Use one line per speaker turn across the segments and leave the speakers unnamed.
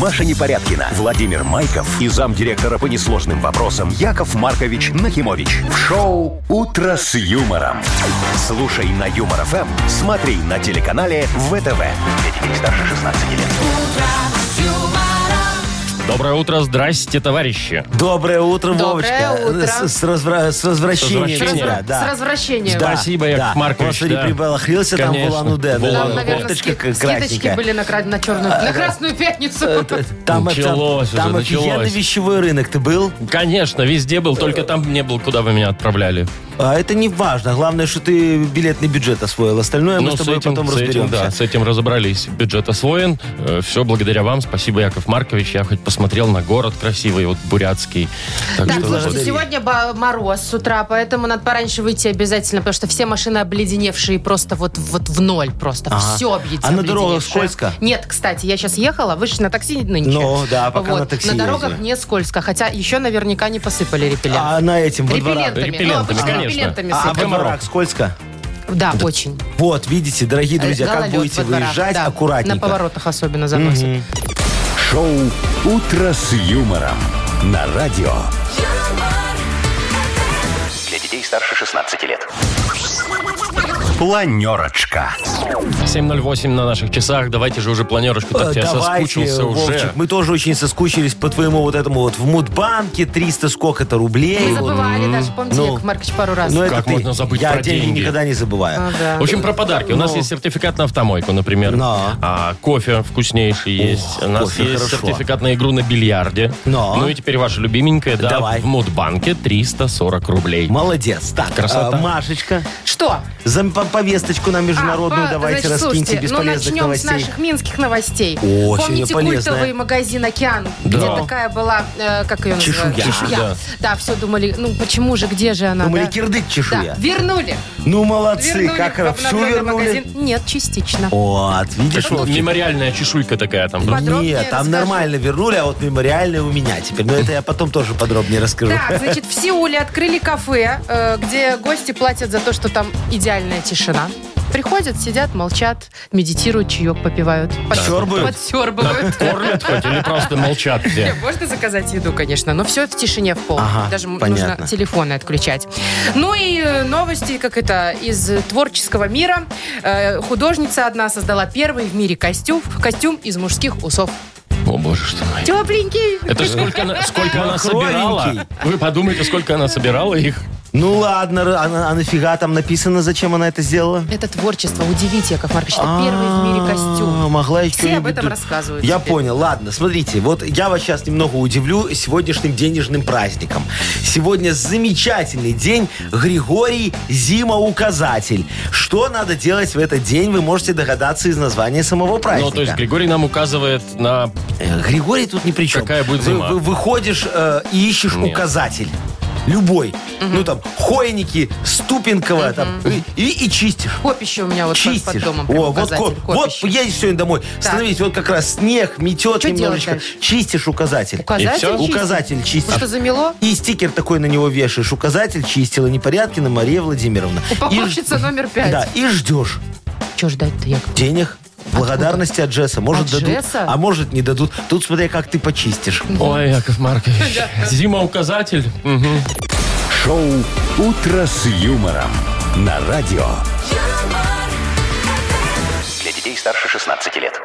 Маша Непорядкина, Владимир Майков и замдиректора по несложным вопросам Яков Маркович Нахимович. В шоу «Утро с юмором». Слушай на Юмор ФМ, смотри на телеканале ВТВ. Для детей старше 16 лет.
Доброе утро, здрасте, товарищи.
Доброе утро,
Доброе
Вовочка. Э,
утро.
С, с развра- с возвращением
С
С,
возвращением.
тебя,
развра-
да.
с развращением.
Да,
Спасибо, Яков
да.
Маркович,
Вот, смотри,
да.
прибалахрился там в
Конечно.
Улан-Удэ.
В
Там,
Улан-Удэ.
наверное,
кофточка
ски- скидочки
красненькая. А,
были на, крад- на черную, на красную пятницу.
э, Там,
Началось
там, там
уже,
офигенный
началось.
вещевой рынок. Ты был?
Конечно, везде был, только там не был, куда вы меня отправляли.
А это не важно. Главное, что ты билетный бюджет освоил. Остальное мы
Ну,
с тобой потом
с этим, да,
разберемся.
с этим разобрались. Бюджет освоен. все благодаря вам. Спасибо, Яков Маркович. Я хоть посмотрел на город красивый, вот бурятский. Так
Так,
что
слушайте,
вот.
сегодня ба- мороз с утра, поэтому надо пораньше выйти обязательно, потому что все машины обледеневшие просто вот, вот в ноль просто.
Ага.
Все обледеневшее.
А на дорогах скользко?
Нет, кстати, я сейчас ехала, вы же на такси нынче.
Ну, да, пока на такси
На дорогах
ездили.
не скользко, хотя еще наверняка не посыпали репеллент.
А на этим во дворах.
репеллентами. Ну,
Репеллентами,
обычно
конечно.
репеллентами
А во
сыпали.
дворах скользко?
Да, очень.
Вот, видите, дорогие друзья, как
Гололед
будете
Э, во дворах,
выезжать,
да. На
аккуратненько.
поворотах особенно заносит.
Шоу «Утро с юмором» на радио. Для детей старше 16 лет. Планерочка.
7.08 на наших часах. Давайте же уже планерочку. Так
Э,
я соскучился уже.
мы тоже очень соскучились по твоему вот этому вот в Мудбанке 300 сколько-то рублей. Вот.
Мы забывали даже, помните,
Ну.
Яков Маркович, пару раз.
Ну, это
Как
ты.
можно забыть
Я
про
деньги
деньги?
никогда не забываю.
А, да.
В общем, про подарки. У нас
Ну.
есть сертификат на автомойку, например.
Да.
А, кофе вкуснейший есть. У нас
кофе
есть
хорошо.
сертификат на игру на бильярде.
Но.
Ну и теперь ваша любименькая, да,
Давай.
в Мудбанке 340 рублей.
Молодец. Так,
Красота.
э, Машечка,
Что?
за по- повесточку на международную
А, по-
давайте
значит,
раскиньте
слушайте,
без
ну,
полезных
начнем
новостей.
с наших минских новостей.
О,
Помните
сегодня полезное.
культовый магазин «Океан»,
Да.
где такая была, э, как ее называют?
Чешуя.
Чешуя.
Да, все думали, ну почему же, где же она?
Думали,
да?
кирдык чешуя.
Да, вернули.
Ну, молодцы,
вернули
как
в
она, всю
обновленный
вернули.
магазин. Нет, частично.
Вот,
Ты
видишь,
что,
Вовчик?
мемориальная чешуйка такая там. просто.
Подробнее
Нет, там
расскажу.
нормально вернули, а вот мемориальное у меня теперь. Но это я потом тоже подробнее расскажу.
Так, значит, в Сеуле открыли кафе, э, где гости платят за то, что там идеальная тишина. Приходят, сидят, молчат, медитируют, чаек попивают.
Подсёрбывают?
Подсербывают.
Кормят хоть или просто молчат все.
Можно заказать еду, конечно, но все в тишине в пол.
Ага,
Даже м-
понятно.
нужно телефоны отключать. Ну и э, новости, как это, из творческого мира. Э, Художница одна создала первый в мире костюм, костюм из мужских усов.
О боже, что мое.
Тепленький.
Это ж сколько, она- сколько она
Кровенький.
собирала. Вы подумайте, сколько она собирала их.
Ну ладно, р- а, на- а нафига там написано, зачем она это сделала?
Это творчество. Удивите, Яков Маркович. Это первый в мире
А,
костюм.
Могла еще
Все об
и-
этом рассказывают.
Я
теперь.
понял. Ладно, смотрите, вот я вас сейчас немного удивлю сегодняшним денежным праздником. Сегодня замечательный день Григорий Зимоуказатель. Что надо делать в этот день, вы можете догадаться из названия самого
Ну,
праздника.
то есть Григорий нам указывает на...
Э, Григорий тут ни при чем.
Какая будет
Вы-
зима?
вы- выходишь э, и ищешь
Нет.
указатель. Любой. Ну там, хойники, Ступенкова, там, и, и- и чистишь.
Копище у меня вот под-
Чистишь.
под домом. прям
О, вот,
указатель,
коп- вот
копище.
едешь сегодня домой, становись, вот как раз снег метет
Что делать
немножечко.
дальше?
Чистишь указатель.
И
Указатель
всё?
чистить?
Указатель
Вы Что
чистишь.
замело?
И стикер такой на него вешаешь. Указатель чистила Непорядкина Мария Владимировна. И ж-
Упаковщица номер пять.
Да, и ждешь
Что ждать-то, Яков?
денег, благодарности от Джесса. Может,
От
дадут,
Джесса?
а может, не дадут. Тут смотря, как ты почистишь.
Ой, Яков Маркович. Зима-указатель. Мгм.
Шоу «Утро с юмором» на радио. Для детей старше 16 лет.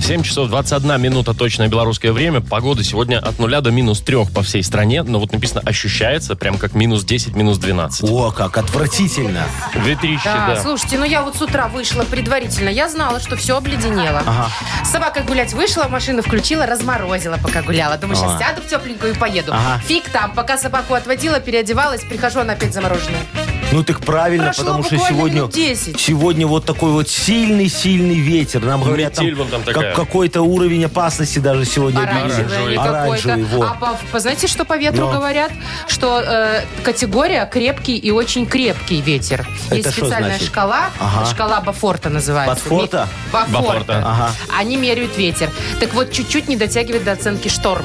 7 часов 21 минута точное белорусское время. Погода сегодня от нуля до минус 3 по всей стране. Но вот написано ощущается прям как минус 10, минус 12.
О, как отвратительно.
Ветрище,
Да,
да.
слушайте, ну я вот с утра вышла предварительно. Я знала, что все обледенело. С собакой гулять вышла, машину включила, разморозила, пока гуляла. Думаю, сейчас сяду в тепленькую и поеду.
Ага.
Фиг там, пока собаку отводила, переодевалась, прихожу, она опять замороженная.
Ну так правильно,
Прошло
потому что
буквально
сегодня,
минут 10.
сегодня вот такой вот сильный-сильный ветер. Нам говорят,
Ну, Метель вон там
как-
такая.
какой-то уровень опасности даже сегодня объявили.
Оранжевый или
Оранжевый,
какой-то.
вот.
А по, по- знаете, что по ветру
Но.
говорят? Что э, категория крепкий и очень крепкий ветер.
Это
Есть
что
специальная
значит?
шкала,
Ага.
шкала Бафорта называется.
Батфорта?
Ми- Бафорта.
Бафорта.
Ага.
Они меряют ветер. Так вот, чуть-чуть не дотягивает до оценки шторм.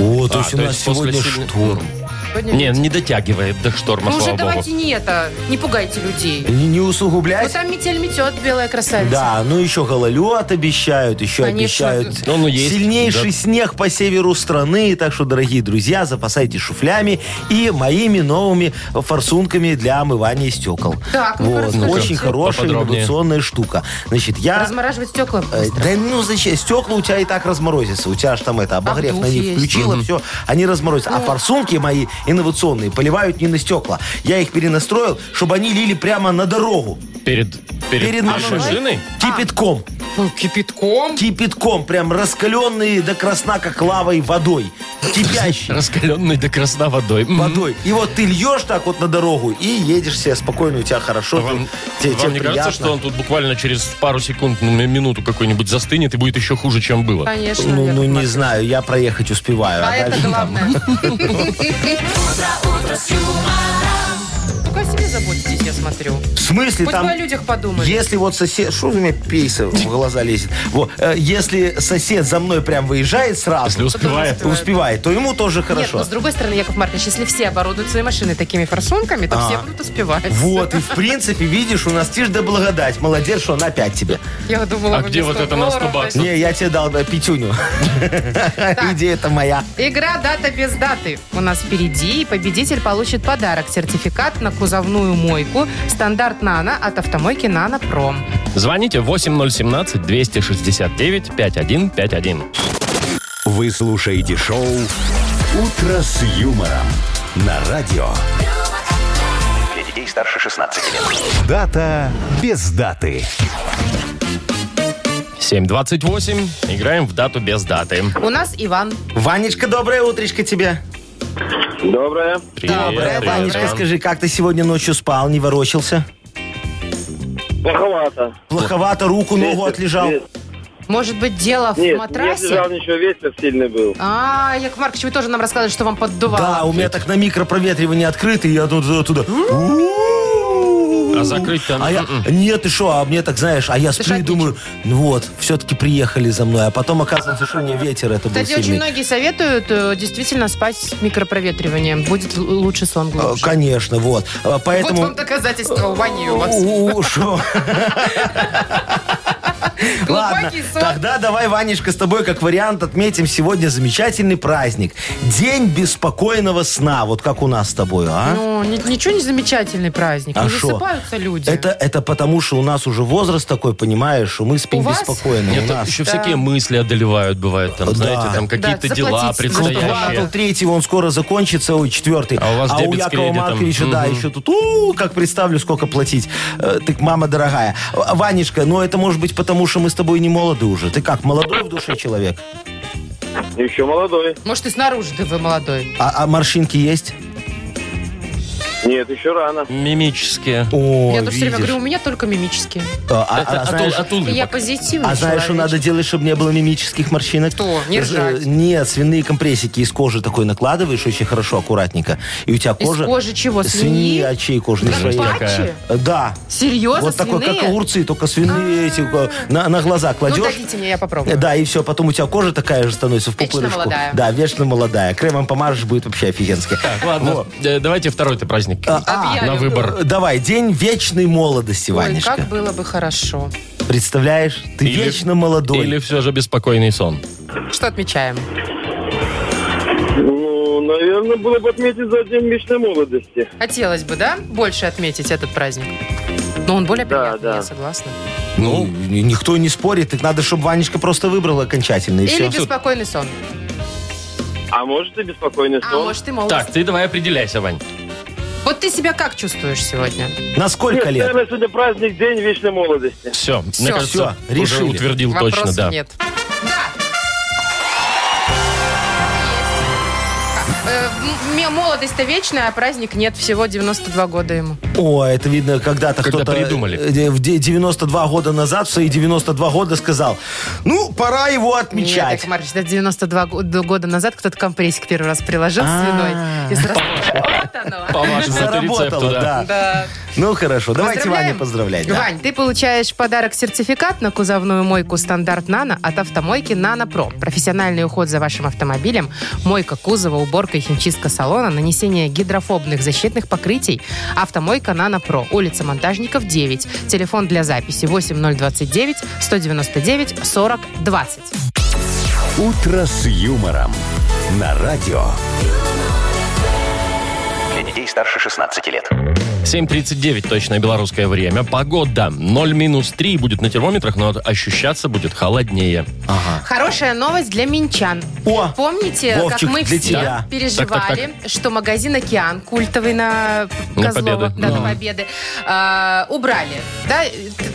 О,
А,
то есть у
то
нас
есть после
сегодня
сильной-
шторм.
сегодня
Не,
люди.
не дотягивает до шторма,
Ну уже
слава богу.
давайте не это, не пугайте людей.
Не не
Ну
усугублять?
там метель метет, белая красавица.
Да, ну еще гололед обещают, еще
Конечно.
обещают
Ну, ну, есть,
сильнейший
да.
снег по северу страны. Так что, дорогие друзья, запасайтесь шуфлями и моими новыми форсунками для омывания стекол.
Так, ну-ка,
вот. ну,
расскажите.
Очень хорошая
Поподробнее.
инновационная штука. Значит, я...
Размораживать стекла
Э,
быстро.
Да ну зачем? Стекла у тебя и так разморозятся. У тебя же там это, обогрев
Обдув
на них
есть.
включила, все, они разморозятся. А форсунки мои инновационные поливают не на стекла. Я их перенастроил, чтобы они лили прямо на дорогу.
Перед, перед,
Перед
нашей
машиной.
машиной?
Кипятком.
Ну, кипятком.
Кипятком, прям раскаленный до красна, как лавой водой. Кипящий.
Раскаленной до красна водой. М.
Водой. И вот ты льешь так вот на дорогу и едешь себе спокойно, у тебя хорошо.
А Вам,
тебе-
вам
тебе
не кажется,
приятно.
что он тут буквально через пару секунд, ну, ми- минуту какой-нибудь застынет и будет еще хуже, чем было?
Конечно.
Ну,
Яков
ну не
Маркович.
знаю, я проехать успеваю.
А это
дальше там.
главное. Только о себе заботитесь, я смотрю.
В смысле
Хоть
там...
бы о людях подумали.
Если вот сосед... Что у меня пейса в глаза лезет? Вот, э, если сосед за мной прям выезжает сразу,
Если успевает.
успевает.
успевает, то ему тоже
Нет,
хорошо.
но с другой стороны, Яков Маркович, если все оборудуют свои машины такими форсунками,
А.
то все будут успевать.
Вот, и в принципе, видишь, у нас тишь да благодать. Молодец, что он опять тебе.
Я думала,
А
вы
где
мне
вот
100
это на 100
долларов
баксов?
дадите.
Не, я тебе дал да, пятюню. Идея-то моя.
Игра «Дата без даты» у нас впереди, и победитель получит подарок. Сертификат на кузовную мойку «Стандарт Нано» от автомойки «Нано Пром».
Звоните 8017-269-5151.
Вы слушаете шоу «Утро с юмором» на радио.
Для детей старше 16 лет.
Дата без даты.
728. Играем в дату без даты.
У нас Иван.
Ванечка, доброе утречко тебе.
Доброе.
Привет, привет,
Ванечка,
Иван.
скажи, как ты сегодня ночью спал, не ворочался?
Плоховато.
Плоховато, руку, ногу отлежал.
Нет,
Может быть, дело в
нет,
матрасе?
не лежал ничего, ветер сильный был.
А, Яков Маркович, вы тоже нам рассказывали, что вам поддувало.
Да, у меня так на микропроветривание открыто, и я туда-туда.
А закрыть там?
А я, нет, ты что, а мне так, знаешь, а я сплю и
шапничек.
думаю, ну вот, все-таки приехали за мной, а потом оказывается, что не ветер это был
Кстати, очень
сильный.
многие советуют э, действительно спать с микропроветриванием. Будет л- лучше сон
Э,
глубже.
Конечно, вот. Э,
вот
Поэтому...
вам доказательство, Вани, у вас.
У, у, шо? Ладно,
Глубокий сон.
тогда давай, Ванечка, с тобой как вариант отметим сегодня замечательный праздник. День беспокойного сна, вот как у нас с тобой, а?
Ну, ни- ничего не замечательный праздник.
А
не
шо?
засыпаются люди.
Это, это потому, что у нас уже возраст такой, понимаешь, что мы спим
У вас?
беспокойно.
Нет,
у
там
нас.
еще всякие мысли одолевают, бывает. Там,
Да.
знаете, там какие-то
Да,
дела
заплатить за что-то.
Батл
предстоящие.
третий, он скоро закончится, ой, четвертый.
А у вас дебет с
Якова
кредитом.
Марковича, да,
Мгм.
еще тут, у как представлю, сколько платить. Э, Так, мама дорогая. А, Ванечка, ну это может быть потому, что мы с тобой не молоды уже. Ты как, молодой в душе человек?
Еще молодой.
Может, и снаружи ты вы молодой.
А, а морщинки есть?
Нет, еще рано.
Мимические.
О,
я тоже все
видишь.
время говорю, у меня только мимические.
А, а-
Это
а
от
знаешь,
ул- от улыбок.
Я позитивный
а знаешь, что
человечек.
надо делать, чтобы не было мимических морщинок?
Что, не
Ж- э,
ржать?
Нет, свиные компрессики из кожи такой накладываешь очень хорошо, аккуратненько. И у тебя
Из
кожа...
кожи чего?
Свиньи,
Свиньи? ну,
а чьей кожи? Не
Как
своей.
патчи?
Э, Да.
Серьезно,
Вот такой,
свиные?
как огурцы, только свиные эти э, на, на глаза
А. Ну,
кладешь.
дадите мне, я попробую.
Да, и все, потом у тебя кожа такая же становится в
Вечно
пупырышку.
молодая.
Да, вечно молодая. Кремом помажешь, будет вообще офигенски.
Так, ладно. Э, Давайте второй-то праздник.
а.
На выбор.
Э, Давай, день вечной молодости,
Ой,
Ванечка.
как было бы хорошо.
Представляешь, ты
Или-
вечно молодой.
Или все же беспокойный сон.
Что отмечаем?
Ну, наверное, было бы отметить за день вечной молодости.
Хотелось бы, да, больше отметить этот праздник? Но он более
Да,
приятный,
да.
я согласна.
Ну, ни- никто не спорит, так надо, чтобы Ванечка просто выбрал окончательно, и все.
Или беспокойный сон.
А может и беспокойный
А
сон?
может и молодость.
Так, ты давай определяйся, Вань.
Вот ты себя как чувствуешь сегодня?
На
Нет,
сколько лет?
наверное, сегодня праздник, день вечной молодости.
Все, мне
Всё,
кажется,
всё,
уже
решили.
утвердил
Вопросов
точно, да.
нет. Да. Э, м- м- Молодость-то вечная, а праздник нет. Всего 92 года ему.
О, это видно, когда-то
Когда
кто-то
придумали.
э, в де- 92 года назад, в свои 92 года сказал, ну, пора его
Нет,
отмечать.
Яков Маркович, это 92 го- года назад кто-то компрессик первый раз приложил
А.
свиной. и сразу- Вот Заработанного.
По вашим
Заработала,
рецепту, да.
да.
Да.
Ну хорошо, давайте
Поздравляем.
Ваня поздравлять. да.
Вань, ты получаешь в подарок сертификат на кузовную мойку «Стандарт Нано» от автомойки «Нано Про». Профессиональный уход за вашим автомобилем, мойка кузова, уборка и химчистка салона, нанесение гидрофобных защитных покрытий. Автомойка «Нано Про», улица Монтажников, 9. Телефон для записи 8029 199 40 20.
«Утро с юмором» на радио.
Для детей старше 16 лет.
7.39 точное белорусское время. Погода 0 минус 3 будет на термометрах, но ощущаться будет холоднее.
Хорошая новость для минчан.
О,
Помните,
Вовчик,
как мы
для
все
тебя.
переживали,
Так,
что магазин «Океан», культовый на
На
Козлова,
Победы.
да, на
Да.
Победы, а, убрали. Да?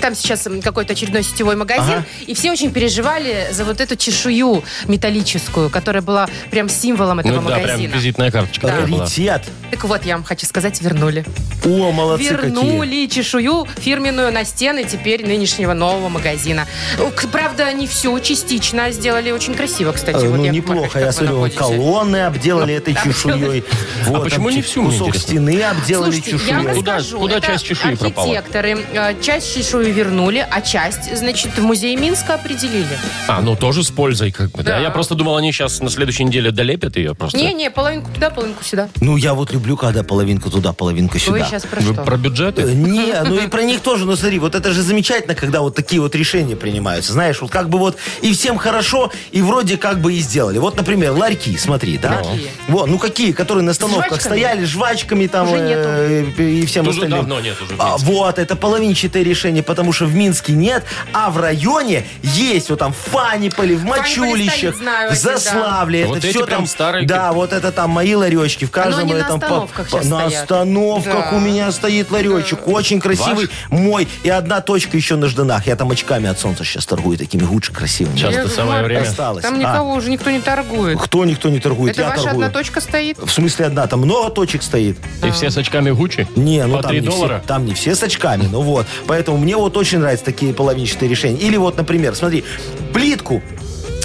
Там сейчас м, какой-то очередной сетевой магазин,
Ага.
и все очень переживали за вот эту чешую металлическую, которая была прям символом этого
ну да, прям
магазина.
визитная карточка. такая была.
раритет.
Так вот, я вам хочу сказать, вернули.
О, молодцы
Вернули
какие.
чешую фирменную на стены теперь нынешнего нового магазина. К- Правда, они все частично а сделали очень красиво,
Э,
кстати. Вот,
Ну,
Типа, Яков Маркович,
неплохо.
как
Я
вы Ну,
смотрю, вот
находите?
колонны обделали этой
там
чешуей. Вот, там
почему не
чуть-
всю, мне
Кусок
интересно?
стены обделали
А Слушайте, я вам
чешуей.
Куда-
расскажу.
куда
Это
часть чешуи пропала?
архитекторы. э, Часть чешуи вернули, а часть, значит, в музей Минска определили.
А, ну тоже с пользой как бы, да.
Да.
Я просто думал, они сейчас на следующей неделе долепят ее просто.
Не-не, половинку туда, половинку сюда.
Ну, я вот люблю, когда половинку туда, половинку
Вы
сюда.
сейчас про
Вы
что?
про бюджеты?
Э, Не, ну и про них тоже, ну смотри, вот это же замечательно, когда вот такие вот решения принимаются, знаешь, вот как бы вот и всем хорошо, и вроде как бы и сделали. Вот, например, ларьки, смотри, да?
Какие?
Вот, ну какие, которые на остановках
жвачками?
стояли, жвачками там
Уже
э, и всем
Тоже
остальным.
давно нет уже в
А,
Минске.
вот, это половинчатое решение, потому что в Минске нет, а в районе есть, вот там в Фаниполе, в
Фаниполе
Мочулищах,
стоит, знаю
в
эти, да.
Заславле,
А Вот
это
эти
все
прям
там...
старые
Да, вот это там мои ларечки, в каждом
они на
этом... по-
остановках
по-
щас
на
стоят.
остановках
Да.
у меня меня стоит ларечек. Очень красивый, мой. И одна точка еще на жданах. Я там очками от солнца сейчас торгую, такими лучше красивыми.
Сейчас-то
Яков
самое
Маркович,
время.
Осталось.
Там
А.
никого уже никто не торгует.
Кто никто не торгует,
Это
я
ваша
торгую.
одна точка стоит?
В смысле одна? Там много точек стоит?
Э,
И все с очками Гуччи?
Не, ну
По
там
3
не,
доллара?
Все, там не все с очками, ну вот. Поэтому мне вот очень нравятся такие половинчатые решения. Или вот, например, смотри, плитку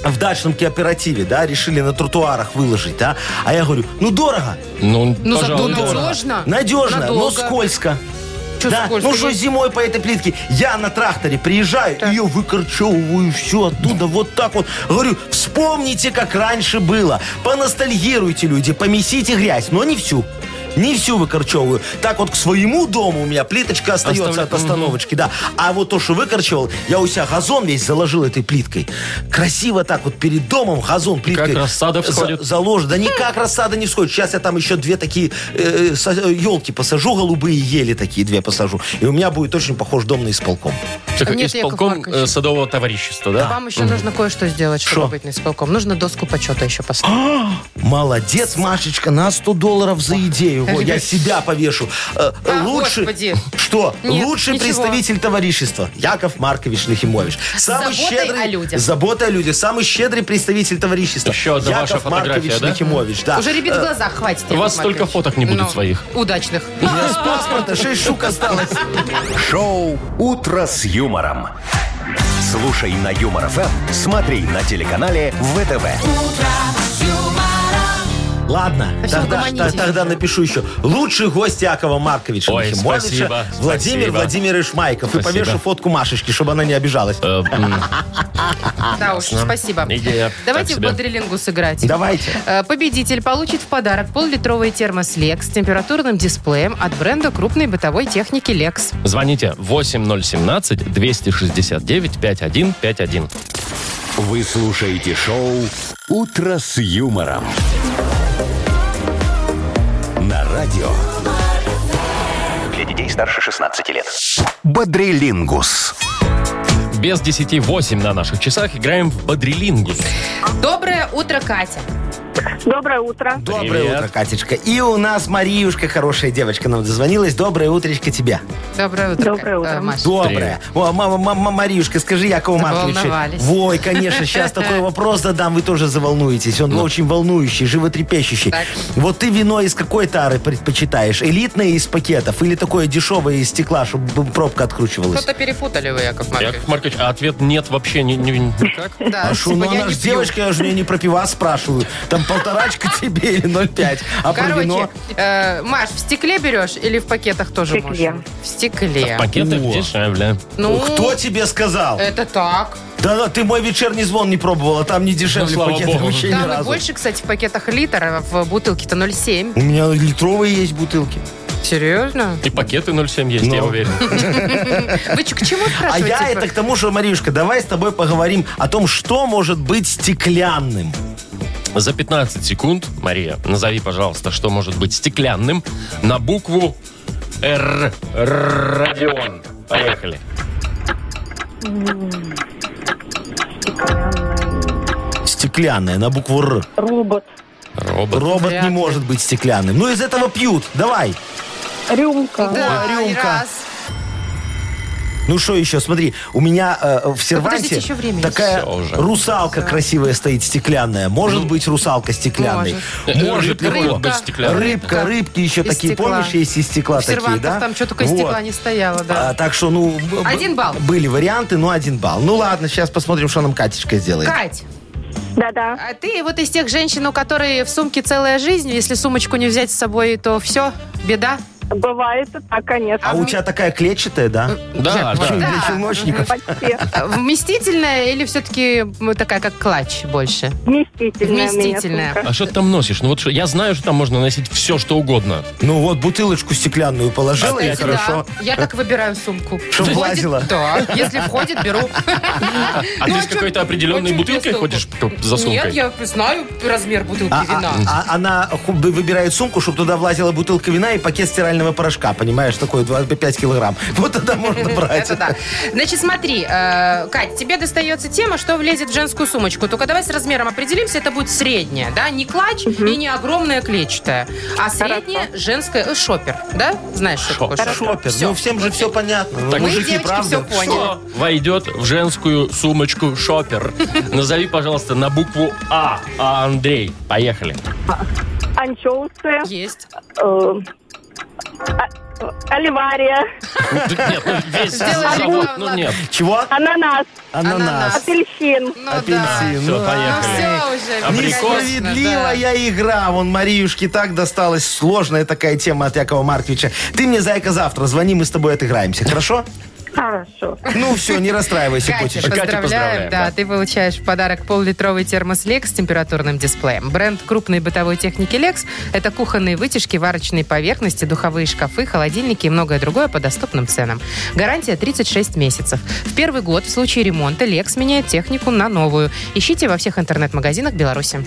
в дачном кооперативе, да, решили на тротуарах выложить, да, а я говорю, ну дорого,
Ну,
Ну, зато
пожалуй, да.
надежно.
надежно, но
Надолго.
ну скользко.
Чё
Да,
скользко?
ну что зимой по этой плитке? Я на тракторе приезжаю, ее выкорчевываю все оттуда, вот так вот. Говорю, вспомните, как раньше было. Поностальгируйте, люди, помесите грязь, но не всю. Не всю выкорчевываю. Так вот к своему дому у меня плиточка остается
Оставля-
от остановочки, да. А вот то, что выкорчевал, я у себя газон весь заложил этой плиткой. Красиво так вот перед домом газон плиткой.
рассада
за-
всходит.
заложит. Да никак рассада не всходит. Сейчас я там еще две такие э, елки посажу, голубые ели такие две посажу. И у меня будет очень похож дом на исполком.
Так,
Нет,
исполком
Яков Маркович.
э, садового товарищества, да?
Вам еще нужно кое-что сделать, чтобы
Шо?
быть на исполком. Нужно доску почета еще
А!
поставить.
Молодец, Машечка, на 100 долларов за идею. Во, я себя повешу. Э,
А,
лучше...
господи.
Что?
Нет,
Лучший
ничего.
представитель товарищества. Яков Маркович Нахимович.
заботой о людях.
Забота о людях. Самый щедрый представитель товарищества.
Еще одна
Яков
ваша фотография,
Маркович
да?
Нахимович, да.
Уже ребят в глазах хватит.
Э, у
Яков
вас столько
Маркович. Ну,
фоток не будет своих.
Удачных.
У меня с паспорта 6 штук осталось.
Шоу «Утро с юмором». Слушай на Юмор ФМ, смотри на телеканале ВТВ.
Ладно,
Всё,
тогда,
угомоните.
т- тогда напишу еще. Лучший гость Якова Марковича
Ой,
Нахимовича
спасибо,
Владимир
спасибо.
Владимирович Майков.
Спасибо.
И повешу фотку Машечки, чтобы она не обижалась.
Э, м,
Да уж, спасибо.
А, Идея
Давайте
так
в
себе.
бодрилингу сыграть.
Давайте.
Э, Победитель получит в подарок пол-литровый термос Lex с температурным дисплеем от бренда крупной бытовой техники Lex.
Звоните 8017-269-5151.
Вы слушаете шоу «Утро с юмором». На радио
Для детей старше 16 лет.
«Бодрилингус».
Без 10-8 на наших часах играем в Бодрилингус.
Доброе утро, Катя.
Доброе утро.
Доброе
Привет.
утро, Катечка. И у нас Мариюшка, хорошая девочка, нам дозвонилась. Доброе утречко тебе.
Доброе утро,
Доброе
Ка-
утро.
э, Маша.
Доброе. О, мама, мама, Мариюшка, скажи Якову Марковичу.
Заволновались.
Ой, конечно, сейчас такой вопрос задам, вы тоже заволнуетесь.
Ну.
Он очень волнующий, животрепещущий.
Так.
Вот ты вино из какой тары предпочитаешь? Элитное из пакетов или такое дешевое из стекла, чтобы пробка откручивалась?
Что-то перепутали вы, Яков Маркович.
Яков Маркович, а ответ нет вообще ни- ни- никак?
Да,
А шо, ну
типа, я
она
не
же
пью.
девочка, я же у нее не про пива спрашиваю. Там по полторачка тебе или 0,5. А про
Короче,
вино...
э, Маш, в стекле берешь или в пакетах тоже
В стекле.
можно? В стекле.
Пакеты
О.
дешевле.
Ну, э,
Кто тебе сказал?
это так.
Да, да, ты мой вечерний звон не пробовала, там не дешевле
Ну, слава
пакеты
богу.
вообще ни
Там и
разу.
больше, кстати, в пакетах литр, а в бутылке-то 0,7.
У меня литровые есть бутылки.
Серьезно?
И пакеты 0,7 есть, я
Ну.
уверен.
Вы чё, к чему
А
спрашиваете? Типа,
я это к тому, что, Маришка, давай с тобой поговорим о том, что может быть стеклянным.
За 15 секунд, Мария, назови, пожалуйста, что может быть стеклянным на букву Р. Родион. Поехали.
Стеклянное, на букву Р.
Робот.
Робот.
Робот
Вряд
не
ли.
может быть стеклянным. Ну, из этого пьют. Давай.
Рюмка.
Да,
О,
и
рюмка.
раз.
Ну что еще? Смотри, у меня э, в серванте
подождите, еще время есть.
такая
Всё уже.
русалка красивая стоит стеклянная. Может
Ну,
быть русалка стеклянной?
Может. Рыбка
легко.
может быть стеклянной.
Рыбка, рыбки еще
Из
такие,
стекла.
помнишь, есть из стекла
В
такие,
сервантах
да?
там что только из
Вот.
стекла не стояло,
А,
да.
так что, ну... б-
Один балл.
Были варианты, но один балл. Ну ладно, сейчас посмотрим, что нам Катечка сделает.
Кать,
Да-да.
а ты вот из тех женщин, у которой в сумке целая жизнь, если сумочку не взять с собой, то все, беда.
Бывает и так, конечно.
А у тебя такая клетчатая, да?
Да,
Э, Яков
да.
Маркович.
Для челночников.
Почти.
А Вместительная или все-таки такая, как клатч больше?
Вместительная. у меня
Вместительная.
сумка.
А что ты там носишь? Ну вот что, я знаю, что там можно носить все, что угодно.
Ну вот, бутылочку стеклянную положила, и
Кстати, да.
хорошо.
Я так выбираю сумку.
Чтоб
Входит-
влазила.
Да, если входит, беру.
А
Ну,
ты
а
с
чё-
какой-то определенной
а чё
бутылкой
без толку?
ходишь п- за
Нет,
сумкой?
я знаю размер бутылки
А-
вина.
а- а- она ху- бы выбирает сумку, чтобы туда влазила бутылка вина и пакет стирального порошка, понимаешь, такой 25 килограмм. Вот тогда можно брать.
Это да. Значит, смотри, э, Кать, тебе достается тема, что влезет в женскую сумочку. Только давай с размером определимся, это будет средняя, да? Не клатч и не огромная клетчатая, а средняя женская э, шопер, да? Знаешь, что такое шопер?
Шопер.
Всё.
Ну, всем же все понятно. Ну,
Так,
мы,
мужики,
девочки,
правда?
всё поняли.
Что войдет в женскую сумочку шопер? Назови, пожалуйста, на букву А. А, Андрей. Поехали.
Анчоусы.
Есть.
э, а- Оливария.
Нет, ну весь завод,
Сделай рекламу,
ну
ладно.
нет.
Чего?
Ананас.
Ананас.
Апельсин.
Ну
Апельсин.
Все,
Ну,
да.
поехали.
Ну все уже.
Абрикос.
конечно, да.
Несправедливая игра. Вон Мариюшке так досталась. Сложная такая тема от Якова Марковича. Ты мне, зайка, завтра звони, мы с тобой отыграемся, хорошо?
Хорошо.
Ну все, не расстраивайся,
Катя,
котичек.
Катя,
поздравляем.
поздравляем,
да,
да.
ты получаешь в подарок пол-литровый термос Lex с температурным дисплеем. Бренд крупной бытовой техники Lex – это кухонные вытяжки, варочные поверхности, духовые шкафы, холодильники и многое другое по доступным ценам. Гарантия 36 месяцев. В первый год в случае ремонта Lex меняет технику на новую. Ищите во всех интернет-магазинах Беларуси.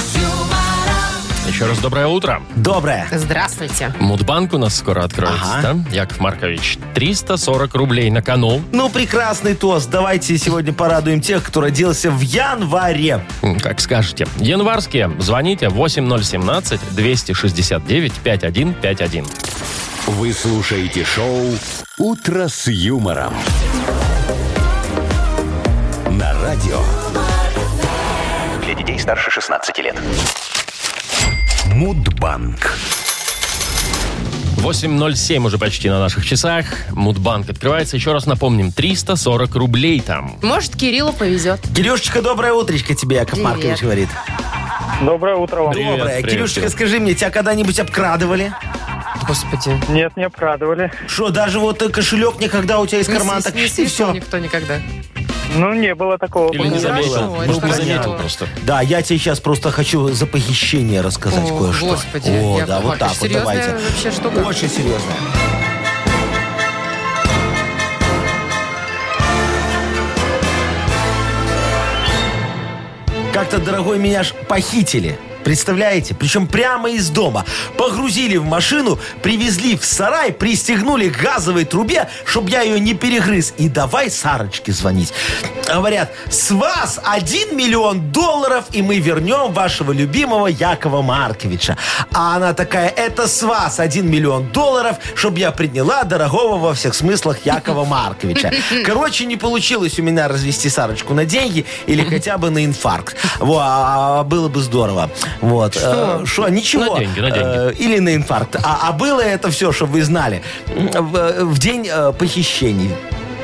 Еще раз доброе утро.
Доброе.
Здравствуйте.
Мудбанк у нас скоро откроется, да? Яков Маркович, 340 рублей на кону.
Ну, прекрасный тост. Давайте сегодня порадуем тех, кто родился в январе.
М, Как скажете. Январские. Звоните 8017-269-5151.
Вы слушаете шоу Утро с юмором. На радио
Для детей старше 16 лет.
Мудбанк.
8.07 уже почти на наших часах. Мудбанк открывается. Еще раз напомним, 340 рублей там.
Может, Кириллу повезет.
Кирюшечка, доброе утречко тебе, Яков
Привет.
Маркович говорит.
Доброе утро вам.
Привет,
доброе.
привет,
Кирюшечка,
привет.
скажи мне, тебя когда-нибудь обкрадывали?
Господи.
Нет, не обкрадывали.
Что, даже вот э, кошелек никогда у тебя из кармана так
не
и
свистнул
все.
никто никогда.
Ну, не было такого.
Или не
Хорошо,
заметил.
это
Может, не
хорошо.
заметил просто.
Да, я тебе сейчас просто хочу за похищение рассказать
О,
кое-что.
Господи,
О,
Яков
да, вот так
Маркович,
вот
серьезная
давайте.
вообще штука.
Очень серьезно. Как-то, дорогой, меня ж похитили. Представляете? Причем прямо из дома. Погрузили в машину, привезли в сарай, пристегнули к газовой трубе, чтобы я ее не перегрыз. И давай Сарочке звонить. Говорят, с вас 1 миллион долларов, и мы вернем вашего любимого Якова Марковича. А она такая, это с вас 1 миллион долларов, чтобы я приняла дорогого во всех смыслах Якова Марковича. Короче, не получилось у меня развести Сарочку на деньги или хотя бы на инфаркт. Во, а было бы здорово. Вот. Э, Что? Ничего.
На деньги, на деньги.
Э, Э, или на инфаркт. А, а было это все, чтобы вы знали, в, в день э, похищений.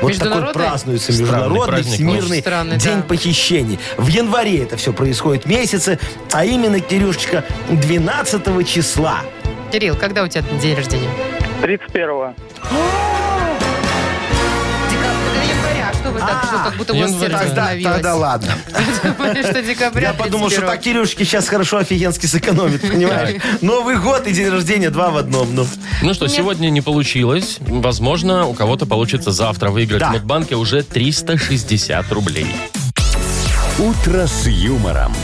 Вот такой
Международный?
празднуется
Странный
международный
праздник,
всемирный
очень странный,
день
да.
похищений. В январе это все происходит месяцы, а именно, Кирюшечка, 12 числа.
Кирилл, когда у тебя день рождения?
31-го.
Декабрь, января. Что вы так,
А,
что как будто у вас
январь.
сердце
Тогда, тогда
остановилось?
ладно.
Думали, что декабря
Я подумал, что
31-го.
так Кирюшке сейчас хорошо офигенски сэкономит, понимаешь? Новый год и день рождения два в одном. Ну,
Ну что, сегодня не получилось. Возможно, у кого-то получится завтра выиграть
Да.
в Мудбанке уже 360 рублей.
«Утро с юмором»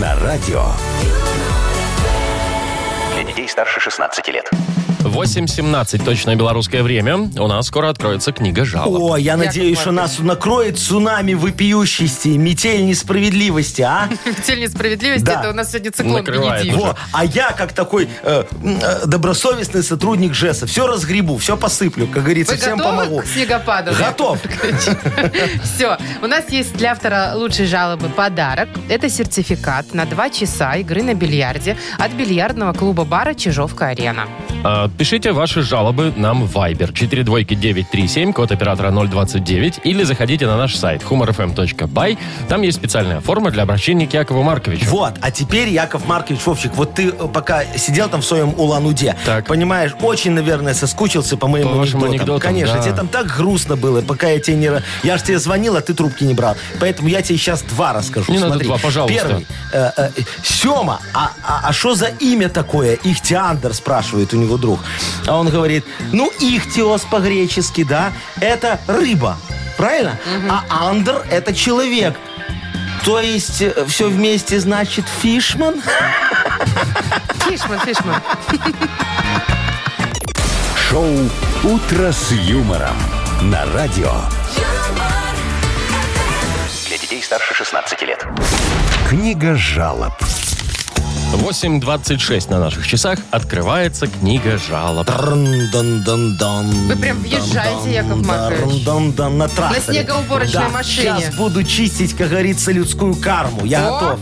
на радио.
Для детей старше 16 лет.
8.17, точное белорусское время. У нас скоро откроется книга жалоб.
О, я надеюсь, что нас накроет цунами вопиющести, метель несправедливости, а?
Тель несправедливости,
Да.
это у нас сегодня циклон
Накрывает.
Бенедикт.
Во, а я, как такой э, м, э, добросовестный сотрудник ЖЭСа, все разгребу, все посыплю, как говорится,
Вы
всем
готовы
помогу.
к снегопаду?
Готов.
Все. У нас есть для автора лучшей жалобы подарок. Это сертификат на два часа игры на бильярде от бильярдного клуба-бара «Чижовка-арена».
А, Пишите ваши жалобы нам в Viber 42937, код оператора 029, или заходите на наш сайт humorfm.by. Там есть специальная форма для обращения к Якову Марковичу.
Вот, а теперь, Яков Маркович Вовчик, вот ты э, пока сидел там в своем Улан-Уде,
Так.
понимаешь, очень, наверное, соскучился по моим
По вашим анекдотам,
Конечно,
да.
тебе там так грустно было, пока я тебе не... ра- Я же тебе звонил, а ты трубки не брал. Поэтому я тебе сейчас два расскажу.
Не надо
Смотри.
два, пожалуйста.
Первый. Э, э, Сема, а- а что за имя такое? Ихтиандр, спрашивает у него друг. А он говорит, ну, ихтиос по-гречески, да, это рыба. Правильно? А андр – это человек. То есть все вместе значит фишман?
Фишман, фишман.
Шоу «Утро с юмором» на радио.
юмор,
Для детей старше 16 лет.
Книга жалоб.
8.26 на наших часах открывается книга жалоб.
Вы
Вы прям въезжаете, Яков Маркович.
на тракторе.
На снегоуборочной
Да,
машине.
Сейчас буду чистить, как говорится, людскую карму. Я
О!
готов.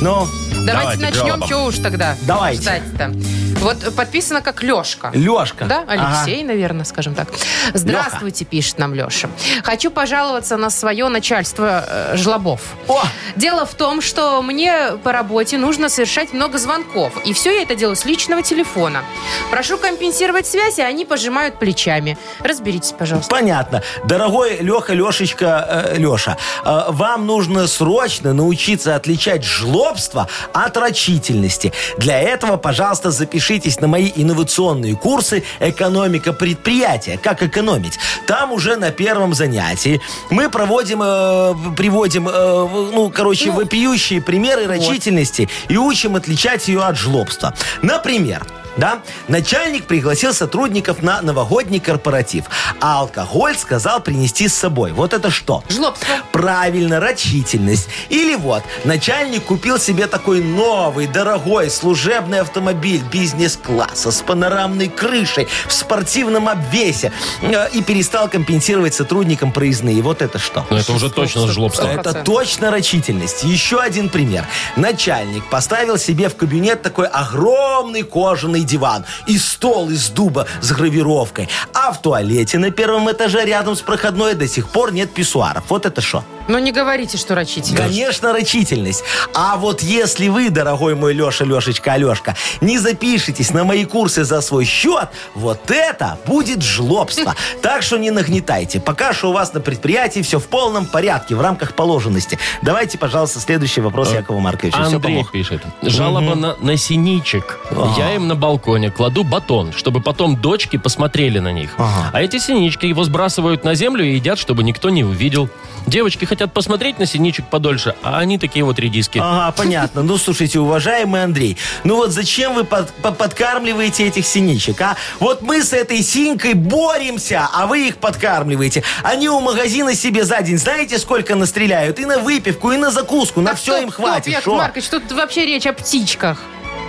Ну,
Давайте
Давайте к
начнем,
жалобам.
чего уж тогда
Давайте.
ждать-то. Вот э, подписано как Лешка.
Лешка.
Да, Алексей, наверное, скажем так. Здравствуйте, пишет нам Леша. Хочу пожаловаться на свое начальство э, жлобов.
О!
Дело в том, что мне по работе нужно совершать много звонков. И все я это делаю с личного телефона. Прошу компенсировать связь, и они пожимают плечами. Разберитесь, пожалуйста.
Понятно. Дорогой Леха, Лешечка, Леша, э, вам нужно срочно научиться отличать жлобство от рачительности. Для этого, пожалуйста, запишитесь на мои инновационные курсы «Экономика предприятия. Как экономить». Там уже на первом занятии мы проводим, э, приводим, э, в- ну, короче, вопиющие примеры рачительности и учим отличать ее от жлобства. Например, да? Начальник пригласил сотрудников на новогодний корпоратив, а алкоголь сказал принести с собой. Вот это что?
Жлобство.
Правильно, рачительность. Или вот, начальник купил себе такой новый, дорогой, служебный автомобиль бизнес-класса с панорамной крышей, в спортивном обвесе э, и перестал компенсировать сотрудникам проездные. Вот это что?
Ну, это уже точно жлобство.
Сто
Это
процентов.
точно рачительность. Еще один пример. Начальник поставил себе в кабинет такой огромный кожаный диван и стол из дуба с гравировкой. А в туалете на первом этаже рядом с проходной до сих пор нет писсуаров. Вот это что?
Но Ну, не говорите, что рачите.
Конечно, рачительность. А вот если вы, дорогой мой Леша, Лешечка, Алешка, не запишетесь на мои курсы за свой счет, вот это будет жлобство. Так что не нагнетайте. Пока что у вас на предприятии все в полном порядке, в рамках положенности. Давайте, пожалуйста, следующий вопрос Якову Марковичу. Все
Андрей
помог.
пишет. Жалоба на, на синичек. Я им на балконе кладу батон, чтобы потом дочки посмотрели на них.
Ага.
А эти синички его сбрасывают на землю и едят, чтобы никто не увидел. Девочки хотят посмотреть на синичек подольше, а они такие вот редиски.
Ага, понятно. Ну, слушайте, уважаемый Андрей, ну вот зачем вы под- по- подкармливаете этих синичек, а? Вот мы с этой синькой боремся, а вы их подкармливаете. Они у магазина себе за день, знаете, сколько настреляют? И на выпивку, и на закуску, на
Так,
все
стоп,
им
стоп,
хватит.
Яков
Шо?
Маркович, тут вообще речь о птичках.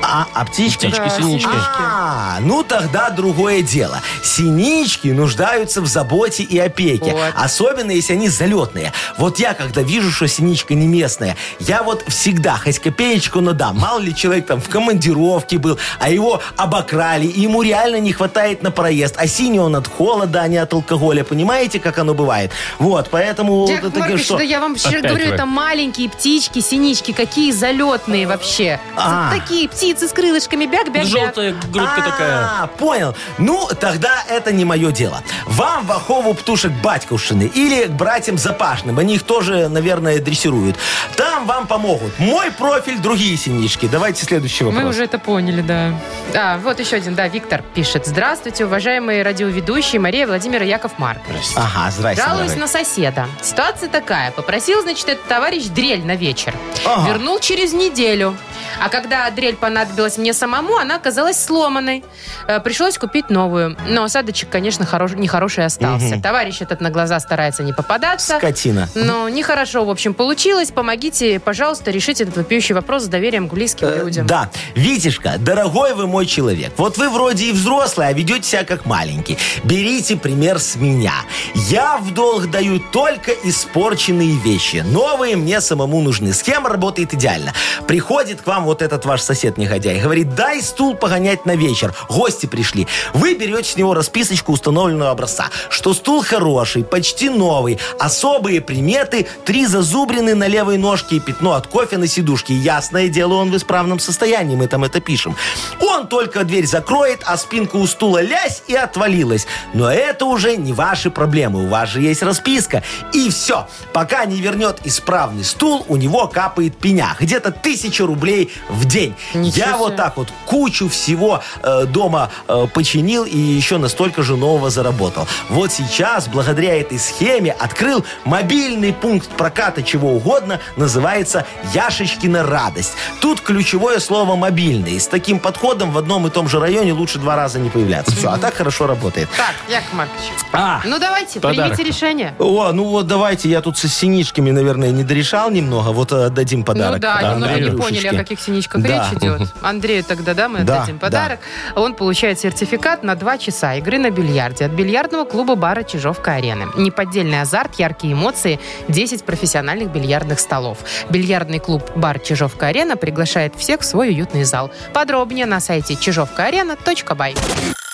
А, а птичка?
Птички, синички.
А, ну тогда другое дело. Синички нуждаются в заботе и опеке.
Вот.
Особенно, если они залетные. Вот я, когда вижу, что синичка не местная, я вот всегда хоть копеечку, но да, мало ли человек там в командировке был, а его обокрали, и ему реально не хватает на проезд. А синий он от холода, а не от алкоголя. Понимаете, как оно бывает? Вот, поэтому...
Яков
это
Маркович,
что-
да я вам вчера
Опять
говорю,
вы.
это маленькие птички, синички, какие залетные вообще.
А.
Вот Такие птицы с крылышками, бяк-бяк-бяк.
Желтая грудка
А,
такая.
понял. Ну, тогда это не мое дело. Вам в Ахову птушек батькушины или к братьям Запашным. Они их тоже, наверное, дрессируют. Там вам помогут. Мой профиль, другие синички. Давайте следующий вопрос.
Мы уже это поняли, да. А, вот еще один, да, Виктор пишет. Здравствуйте, уважаемые радиоведущие Мария, Владимир и Яков Маркович.
Ага, здрасте.
Жалуюсь
дорогая.
на соседа. Ситуация такая. Попросил, значит, этот товарищ дрель на вечер.
Ага.
Вернул через неделю. А когда дрель понадобилась мне самому, она оказалась сломанной. Э, Пришлось купить новую. Но осадочек, конечно, хорош... нехороший остался. Товарищ этот на глаза старается не попадаться.
Скотина.
Но нехорошо, в общем, получилось. Помогите, пожалуйста, решить этот вопиющий вопрос с доверием к близким
Э,
людям.
Да. Витишка, дорогой вы мой человек. Вот вы вроде и взрослый, а ведете себя как маленький. Берите пример с меня. Я в долг даю только испорченные вещи. Новые мне самому нужны. Схема работает идеально. Приходит к вам вот этот ваш сосед негодяй. Говорит, дай стул погонять на вечер. Гости пришли. Вы берете с него расписочку установленного образца, что стул хороший, почти новый, особые приметы, три зазубрины на левой ножке и пятно от кофе на сидушке. Ясное дело, он в исправном состоянии, мы там это пишем. Он только дверь закроет, а спинка у стула лясь и отвалилась. Но это уже не ваши проблемы, у вас же есть расписка. И все, пока не вернет исправный стул, у него капает пеня. Где-то тысяча рублей в день.
Ничего
Я
себе.
вот так так вот кучу всего э, дома э, починил и еще настолько же нового заработал. Вот сейчас, благодаря этой схеме, открыл мобильный пункт проката чего угодно, называется «Яшечкина радость». Тут ключевое слово «мобильный». С таким подходом в одном и том же районе лучше два раза не появляться. Все, а так хорошо работает.
Так, Яков Маркович.
А,
Ну давайте,
Подарок.
примите решение.
о, ну вот давайте, я тут со синичками, наверное, не дорешал немного, вот отдадим подарок.
ну да,
Да,
немного не
Андрею.
поняли, о
Андрюшечке.
каких синичках
Да.
речь идет. Андрею тогда, да, мы
Да,
отдадим
да.
подарок. Он получает сертификат на 2 часа игры на бильярде от бильярдного клуба бара «Чижовка-арены». Неподдельный азарт, яркие эмоции, 10 профессиональных бильярдных столов. Бильярдный клуб бар «Чижовка-арена» приглашает всех в свой уютный зал. Подробнее на сайте чижовкаарена.бай.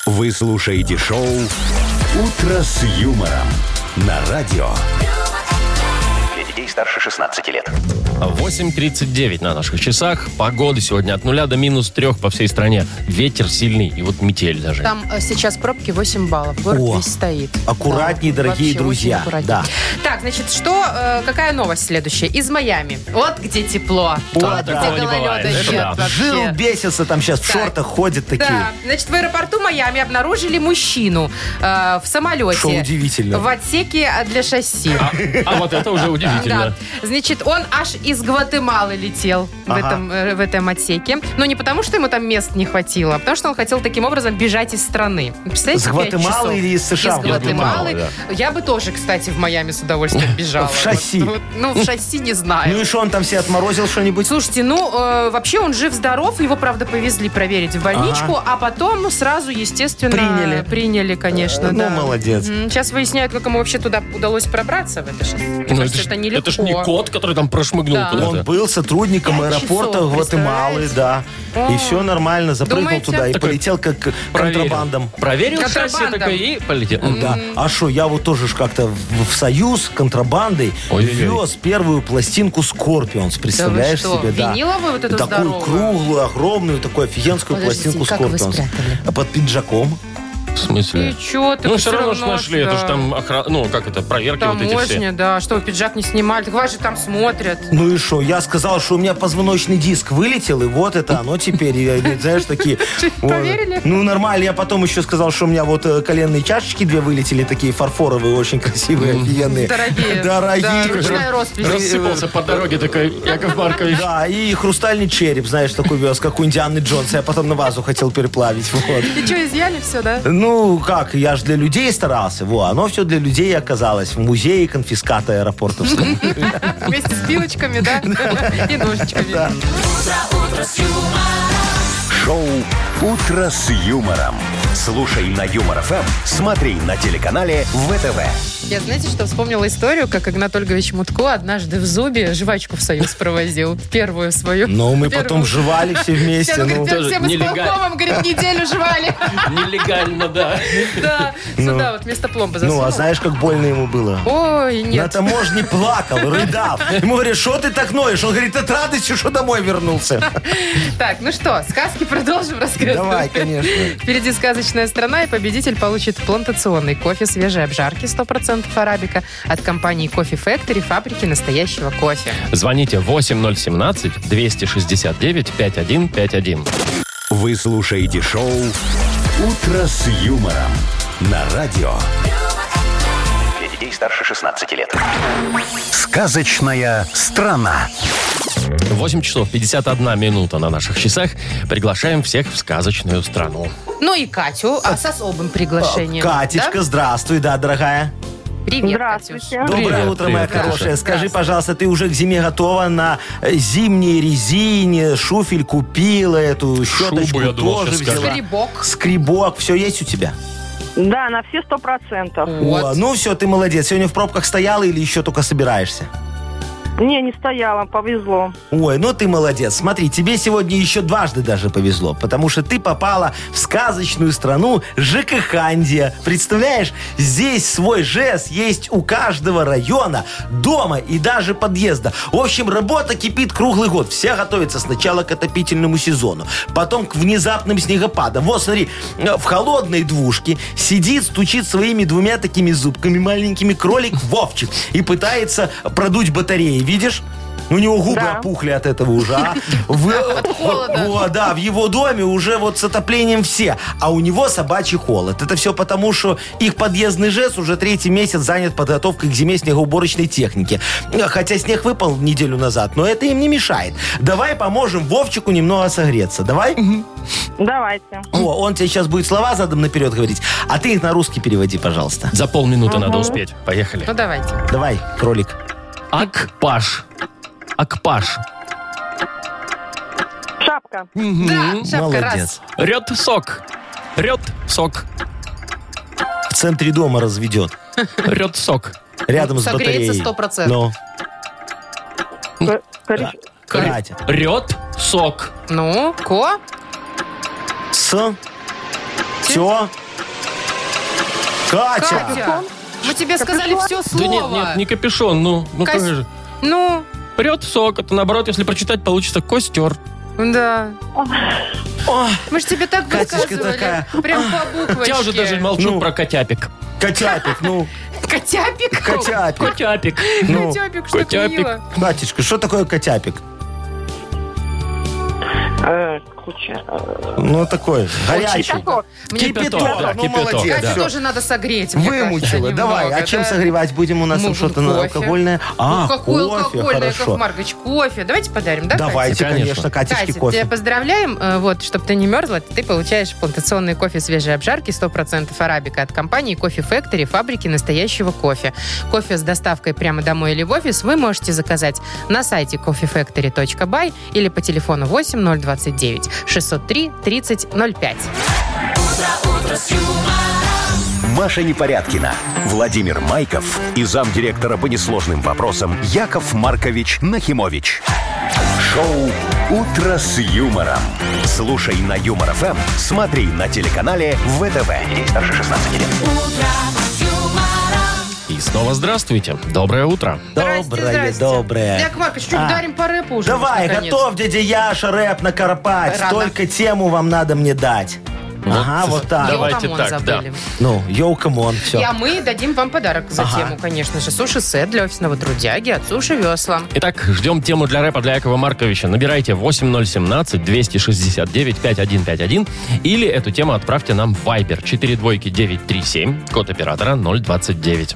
Вы слушаете шоу «Утро с юмором» на радио.
Для детей старше 16 лет.
8.39 на наших часах. Погода сегодня от нуля до минус трех по всей стране. Ветер сильный и вот метель даже.
Там э, сейчас пробки 8 баллов. Город
О.
весь стоит.
Аккуратней, дорогие
вообще
друзья,
очень аккуратней.
да.
Так, значит, что, э, какая новость следующая? Из Майами. Вот где тепло.
О,
Вот где
такого не
гололеда
бывает. Это
нет
да.
вообще.
Жил бесится, там сейчас в
Так.
шортах ходят такие.
Да, значит, в аэропорту Майами обнаружили мужчину э, в самолете.
Что удивительно.
В отсеке э, для шасси.
А, а вот это уже удивительно.
Да. Значит, он аж из Гватемалы летел в,
Ага.
этом, э, в этом отсеке. Но не потому, что ему там мест не хватило, а потому что он хотел таким образом бежать из страны. Представляете,
С
пять
Гватемалы
часов?
или из США?
Из
Из
Гватемалы.
Гватемалы,
Я бы тоже, кстати, в Майами с удовольствием бежала.
В шасси.
Вот, вот, ну, в шасси не знаю.
Ну и что, он там все отморозил что-нибудь?
Слушайте, ну, э, вообще он жив-здоров, его, правда, повезли проверить в больничку, а потом ну, сразу, естественно,
Приняли.
приняли конечно,
Э, ну,
да.
молодец.
М, Сейчас выясняют, как ему вообще туда удалось пробраться в это шоссе. Мне
Ну,
кажется,
ж-
это нелегко.
ж не кот, который там прошмыгнул
Да.
куда-то.
Он был сотрудником
Пять
аэропорта
часов,
Гватемалы, да.
О.
И все нормально, запрыгнул
Думаете?
туда и
Такой
полетел как
Проверил.
контрабандом.
Проверил шасси
Контрабанда.
такой и полетел. М,
Да. А что, я вот тоже ж как-то в, в Союз контрабандой
Ой-ой-ой.
вез первую пластинку Скорпионс.
Да вы
Представляешь
что,
себе, да.
виниловую вот эту
Такую
здоровую?
круглую, огромную, такую офигенскую
Подождите,
пластинку
как вы
Скорпионс.
спрятали?
Под пиджаком.
В смысле?
И чё ты?
ну,
всё
все равно ж нашли,
ж,
это же
да.
там, охра- ну, как это, проверки вот эти все.
Таможня, да, что, пиджак не снимали, так вас же там смотрят.
Ну и что? Я сказал, что у меня позвоночный диск вылетел, и вот это оно теперь. Я, я, знаешь, такие... вот.
Поверили?
Ну, нормально. Я потом еще сказал, что у меня вот э, коленные чашечки две вылетели, такие фарфоровые, очень красивые, офигенные.
Дорогие. Да,
Дорогие.
ручной рост везде.
Рассыпался по дороге такой Яков Маркович.
Да, и хрустальный череп, знаешь, такой вез, как у Индианы Джонса. Я потом на вазу хотел переплавить. Вот.
И что, изъяли все, да?
Ну, как, я же для людей старался. Во, оно все для людей оказалось. В музее конфиската аэропортовском.
Вместе с пилочками, да? И ножичками.
Шоу «Утро с юмором». Слушай на Юмор ФМ, смотри на телеканале ВТВ.
Я, знаете, что вспомнила историю, как Игнатольевич Мутко однажды в зубе жвачку в Союз провозил. Первую свою.
Ну, мы
Первую.
потом жевали все
Все,
вместе.
ну,
Ну,
говорит,
тоже
все мы с
нелегально.
Полковым, говорит, неделю жевали.
Нелегально, да.
Да, сюда вот вместо пломбы
ну, а
засунул.
знаешь, как больно ему было?
Ой,
На
нет.
таможне плакал, рыдал. Ему говорят, что ты так ноешь? Он говорит, от радости, что домой вернулся.
Так, ну что, сказки продолжим рассказывать.
Давай, конечно.
Впереди сказочная страна, и победитель получит плантационный кофе свежей обжарки 100% арабика от компании Кофе Factory, фабрики настоящего кофе.
Звоните 8017-269-5151.
Вы слушаете шоу «Утро с юмором» на радио.
Для детей старше 16 лет.
Сказочная страна.
8 часов 51 минута на наших часах. Приглашаем всех в сказочную страну.
Ну и Катю
Э,
а, с особым приглашением.
Катечка,
Да?
здравствуй, да, дорогая.
Привет,
Здравствуйте.
Катюш.
Доброе
Привет,
утро,
привет,
моя
Катюша.
хорошая. Скажи,
Здравствуй.
пожалуйста, ты уже к зиме готова на э, зимней резине, шуфель купила, эту щеточку
я думал,
тоже
сейчас скажешь.
взяла.
Скребок.
Скребок, все есть у тебя?
Да, на все сто процентов.
О,
а
Вот.
ну все, ты молодец. Сегодня в пробках стояла или еще только собираешься?
Не, не стояла, повезло.
Ой, ну ты молодец. Смотри, тебе сегодня еще дважды даже повезло, потому что ты попала в сказочную страну ЖКХандия. Представляешь, здесь свой ЖЭС есть у каждого района, дома и даже подъезда. В общем, работа кипит круглый год. Все готовятся сначала к отопительному сезону, потом к внезапным снегопадам. Вот, смотри, э, в холодной двушке сидит, стучит своими двумя такими зубками маленькими кролик Вовчик и пытается продуть батареи. Видишь? У него губы
Да.
опухли от этого уже, а? В-
холода.
Во, да, в его доме уже вот с отоплением все, а у него собачий холод. Это все потому, что их подъездный ЖЭС уже третий месяц занят подготовкой к зиме снегоуборочной техники. Хотя снег выпал неделю назад, но это им не мешает. Давай поможем Вовчику немного согреться. Давай?
Давайте.
О, он тебе сейчас будет слова задом наперед говорить, а ты их на русский переводи, пожалуйста.
За полминуты надо успеть. Поехали.
Ну давайте.
Давай, кролик.
Акпаш. Акпаш.
Шапка.
Да, шапка
Молодец.
раз.
Рет сок. Рет сок.
В центре дома разведет.
Рет сок.
Рядом с батареей.
Ну, Согреется 100%.
Ну,
Кор- кореш-
Катя.
Рет сок.
Ну,
А
ко.
С. Все. Катя.
Катя. Мы тебе сказали все
Да нет,
слово.
нет, не капюшон. Ну, ну
Кось-
как же.
Ну,
Рет сок. Это наоборот, если прочитать, получится костер.
да.
О,
Мы же тебе так
Катюшка
высказывали.
такая,
Прям по буквочке.
Я уже даже молчу
Ну.
про котяпик.
котяпик, ну,
Котяпик?
котяпик.
Котяпик.
Ну,
Котяпик, что ты
Котяпик.
мило.
Катечка, что такое котяпик?
э, куча.
Ну, такой, горячий.
Кипяток.
Мне
Кипяток,
Кипяток,
да,
ну,
кипяток,
молодец.
Катю
да.
Всё.
тоже надо согреть. мне кажется,
Вымучила.
немного,
Давай, а чем
да.
согревать будем у нас? там
Нужен
Что-то на
кофе.
алкогольное? А,
ну, какой
кофе,
алкогольный, Яков
хорошо.
Маркович? Кофе. Давайте подарим, да,
Давайте,
Катя?
конечно,
Катя?
Катечке
Катя, тебя
кофе.
поздравляем. Э, Вот, чтобы ты не мерзла, ты получаешь плантационный кофе свежей обжарки 100% арабика от компании Кофе Factory, фабрики настоящего кофе. Кофе с доставкой прямо домой или в офис вы можете заказать на сайте coffeefactory.by или по телефону 8 029 603 3005.
Маша Непорядкина, Владимир Майков и замдиректора по несложным вопросам Яков Маркович Нахимович. Шоу «Утро с юмором». Слушай на Юмор ФМ, смотри на телеканале ВТВ. Здесь старше 16 лет.
И снова здравствуйте. Доброе утро.
Доброе, доброе.
Яков Маркович, что,
А.
ударим по рэпу уже?
Давай,
наконец?
готов, дядя Яша, рэп накарпать.
Рано.
Только тему вам надо мне дать. Ага, вот так.
Давайте
Йо, камон,
так,
забыли.
да.
Ну, йоу, камон, все.
И, а мы дадим вам подарок за
Ага.
тему, конечно же. Суши-сет для офисного трудяги от Суши Весла.
Итак, ждем тему для рэпа для Якова Марковича. Набирайте 8017-269-5151 или эту тему отправьте нам в Viber 42937, код оператора 029.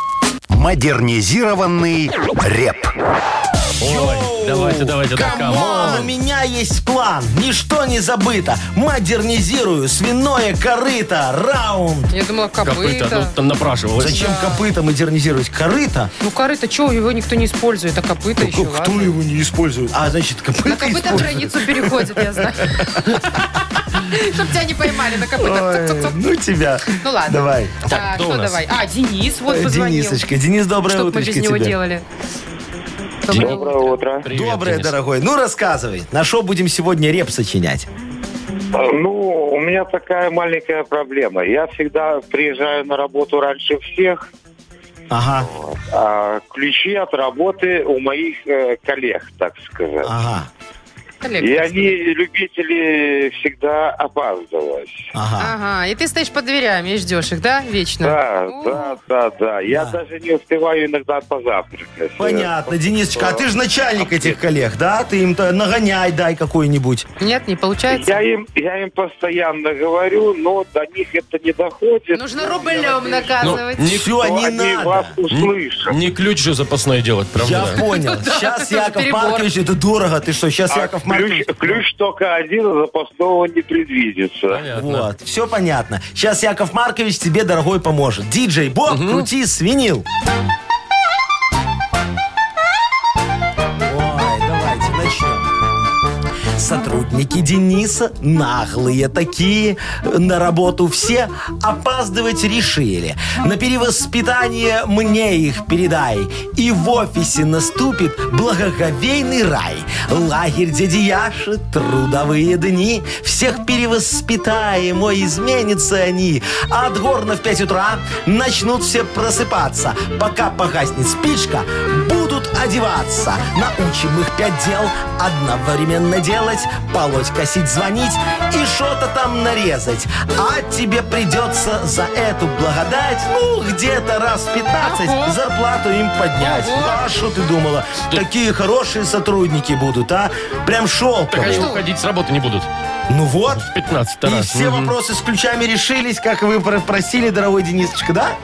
Модернизированный рэп.
Ой, давайте, давайте, да, камон.
Камон, у меня есть план, ничто не забыто. Модернизирую свиное корыто, раунд.
Я думала,
Копыта, ну,
копыта.
там напрашивалось.
Зачем копыта модернизировать? Корыто?
Ну, корыто, чего его никто не использует, а копыта еще,
Ну, Кто
ладно.
его не использует? А, значит, копыта
На копыта
используют.
границу переходит, я знаю. Чтоб тебя не поймали на копытах.
Ой,
Цок-цок-цок.
ну тебя.
Ну ладно.
Давай.
Так,
кто у
кто
нас?
давай? А, Денис вот
Э,
позвонил.
Денисочка, Денис, доброе
Что бы мы
утречко
без него
тебе.
делали?
Денис.
Доброе
Доброе
утро.
утро.
Привет,
Доброе,
Денис.
дорогой. Ну, рассказывай, на что будем сегодня реп сочинять?
Ну, у меня такая маленькая проблема. Я всегда приезжаю на работу раньше всех.
Ага,
а ключи от работы у моих э, коллег, так сказать.
ага,
Коллега.
И они, любители, всегда опаздывают.
ага.
Ага, и ты стоишь под дверями и ждешь их, да, вечно?
А.
Ну,
Да,
О,
да, да, да. Я
Да.
даже не успеваю иногда позавтракать.
Понятно, Денисочка, а ты же начальник этих коллег, да? Ты им-то нагоняй дай какой-нибудь.
Нет, не получается?
Я им, я им постоянно говорю, но до них это не доходит.
Нужно рублем наказывать.
Ну, не
Все,
Но
Ну не
они
надо.
вас услышат.
Не ключ же запасной делать, правда?
Я
да?
понял.
Ну да,
Сейчас
это тоже
Яков
перебор.
Маркович, это дорого. Ты что, сейчас
А
Яков Маркович...
ключ, ключ только один, а запасного не предвидится.
Понятно.
Вот, все понятно. Сейчас Яков Маркович тебе, дорогой, поможет. Диджей Боб, крути свинил. Ой, давайте начнем. Сотрудники Дениса наглые такие, э, на работу все опаздывать решили. На перевоспитание мне их передай. И в офисе наступит благоговейный рай. Лагерь дяди Яши, трудовые дни. Всех перевоспитаем, ой, изменятся они. От горна в 5 утра начнут все просыпаться. Пока погаснет спичка, будут одеваться. Научим их пять дел одновременно делать. Полоть, косить, звонить и что-то там нарезать. А тебе придется за эту благодать, ну, где-то раз в 15
Ага.
зарплату им поднять.
Ого.
А что ты думала? Такие хорошие сотрудники будут, а? Прям
Так
шелковые.
они уходить с работы не будут.
Ну вот.
15
И
раз.
все
Мгм.
вопросы с ключами решились, как вы про- просили, дорогой Денисочка, да?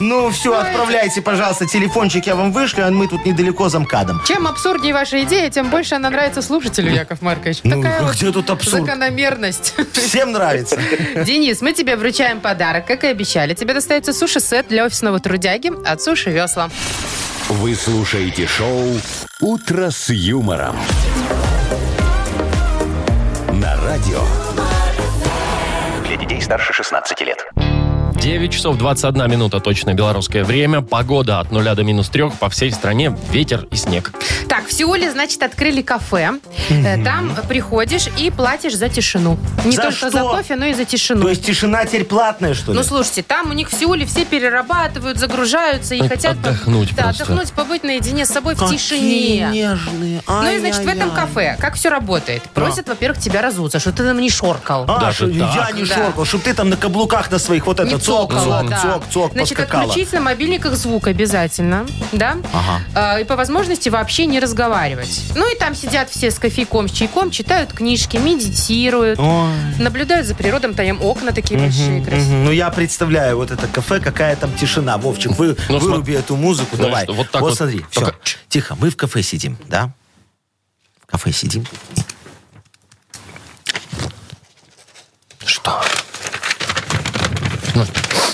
Ну все, отправляйте, пожалуйста, телефончик я вам вышлю, а мы тут недалеко за МКАДом.
Чем абсурднее ваша идея, тем больше она нравится слушателю, Яков Маркович.
Ну,
Такая
а
вот
где тут абсурд?
закономерность.
Всем нравится.
Денис, мы тебе вручаем подарок. Как и обещали, тебе достается суши-сет для офисного трудяги от Суши Весла.
Вы слушаете шоу «Утро с юмором». На радио.
Для детей старше 16 лет.
9 часов 21 минута, точно белорусское время. Погода от 0 до минус 3 по всей стране. Ветер и снег.
Так, в Сеуле, значит, открыли кафе. Э, Там приходишь и платишь за тишину. Не
За
только
что?
за кофе, но и за тишину.
То есть тишина теперь платная, что ли?
Ну, слушайте, там у них в Сеуле все перерабатывают, загружаются и
От-
хотят... по-
отдохнуть
Да,
просто.
отдохнуть, побыть наедине с собой в
Какие
тишине.
нежные.
Ну и, значит, в этом
Ай-яй-яй.
кафе, как все работает, просят, во-первых, тебя разуться, что ты там не шоркал.
А,
Даже
что, я
так?
не
Да.
шоркал, чтобы ты там на каблуках на своих вот
Не
это цок,
цокала,
цок,
да.
цок, цок,
Значит,
поскакала.
отключить на мобильниках звук обязательно, да? А, И по возможности вообще не разговаривать. Ну и там сидят все с кофейком, с чайком, читают книжки, медитируют,
Ой.
наблюдают за природой, там окна такие большие, красивые.
Мгм. Ну, я представляю, вот это кафе, какая там тишина. Вовчик, вы,
Ну,
выруби эту музыку,
Знаешь,
давай.
что, вот так вот.
смотри, всё.
Только-
Тихо, мы в кафе сидим, да? В кафе сидим. Что?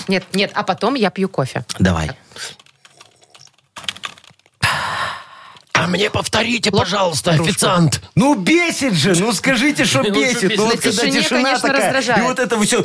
Нет, нет, а потом я пью кофе.
Давай.
А мне повторите, пожалуйста, официант.
Ну, бесит же! Ну, скажите, что
Ну, что
бесит. Ну, вот
бесит? На
когда
тишине,
тишина
конечно,
такая,
раздражает.
и вот это все...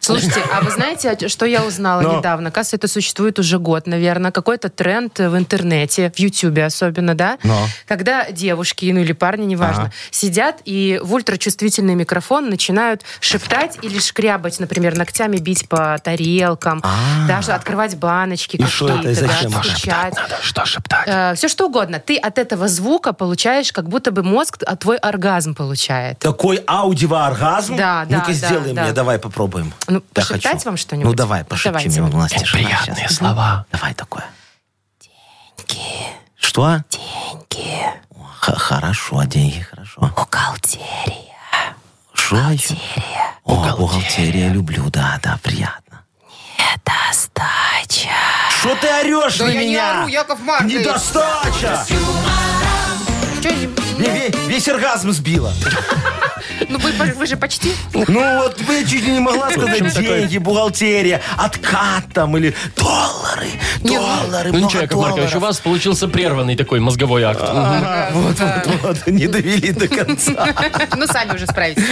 Слушайте, а вы знаете, что я узнала
Но.
недавно? Кажется, это существует уже год, наверное. Какой-то тренд в интернете, в Ютьюбе особенно, да?
Но.
Когда девушки, ну или парни, неважно,
Ага.
сидят и в ультрачувствительный микрофон начинают шептать или шкрябать, например, ногтями бить по тарелкам,
А.
даже открывать баночки
И что это,
какие-то,
и
да,
зачем?
стучать.
Что шептать?
все что угодно. Ты от этого звука получаешь, как будто бы мозг, а твой оргазм получает.
Такой аудиооргазм?
Да, да,
Ну-ка,
да,
сделай
да.
мне, давай попробуем.
Ну,
Да,
пошептать
хочу.
вам что-нибудь?
Ну, давай, пошепчи
Давайте.
мне, у нас тишина
приятные
сейчас.
слова.
Давай такое. Деньги. Что? Деньги. хорошо, деньги, хорошо.
Бухгалтерия.
Что еще? О, бухгалтерия. люблю, да, да, приятно.
Недостача.
Что ты орешь на
я не
меня?
ору, Яков Маркович.
Недостача! Мне ве- весь оргазм сбила.
Ну вы, вы же почти.
Ну вот я чуть ли не могла сказать
общем, такое-
деньги, бухгалтерия, откат там или доллары,
Не, ну-
доллары,
Ну
много
ничего, Яков Маркович, А. у
долларов.
вас получился прерванный такой мозговой акт. Мгм.
Вот, вот, вот, не довели до конца.
Ну, сами уже справитесь.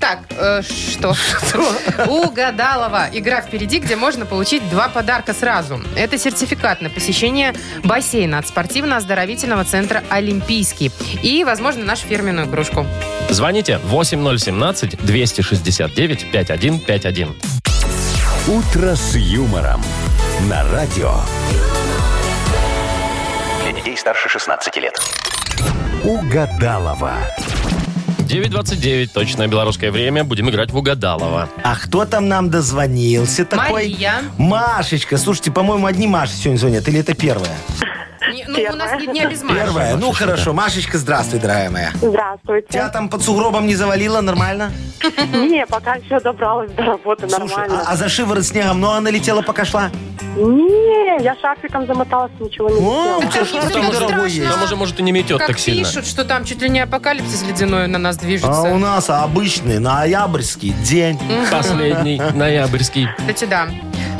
Так, э, что? Угадалова. Игра впереди, где можно получить два подарка сразу. Это сертификат на посещение бассейна от спортивно-оздоровительного центра «Олимпийский». И, возможно, нашу фирменную игрушку.
Звоните 8017-269-5151.
«Утро с юмором» на радио.
Для детей старше 16 лет.
Угадалова.
9.29, точное белорусское время. Будем играть в угадалово.
А кто там нам дозвонился такой?
Мария.
Машечка, слушайте, по-моему, одни Маши сегодня звонят, или это первая?
Не- ну, у нас не дня без Маши.
Первая, ну хорошо. Машечка, здравствуй, дорогая моя. Тебя
Здравствуйте.
там под сугробом не завалило, нормально?
Не, пока еще добралась до работы
Слушай,
нормально.
а, а за шиворот снега много налетело, пока шла?
Не, я шарфиком замоталась, ничего не
О,
сделала.
у тебя
там не
шарфик
Ну, всё так
дорогой
страшно.
есть.
Там уже, может, и не метет
Как
так сильно.
пишут, что там чуть ли не апокалипсис ледяной на нас
А
движется.
у нас обычный ноябрьский день.
Последний ноябрьский.
Кстати, да.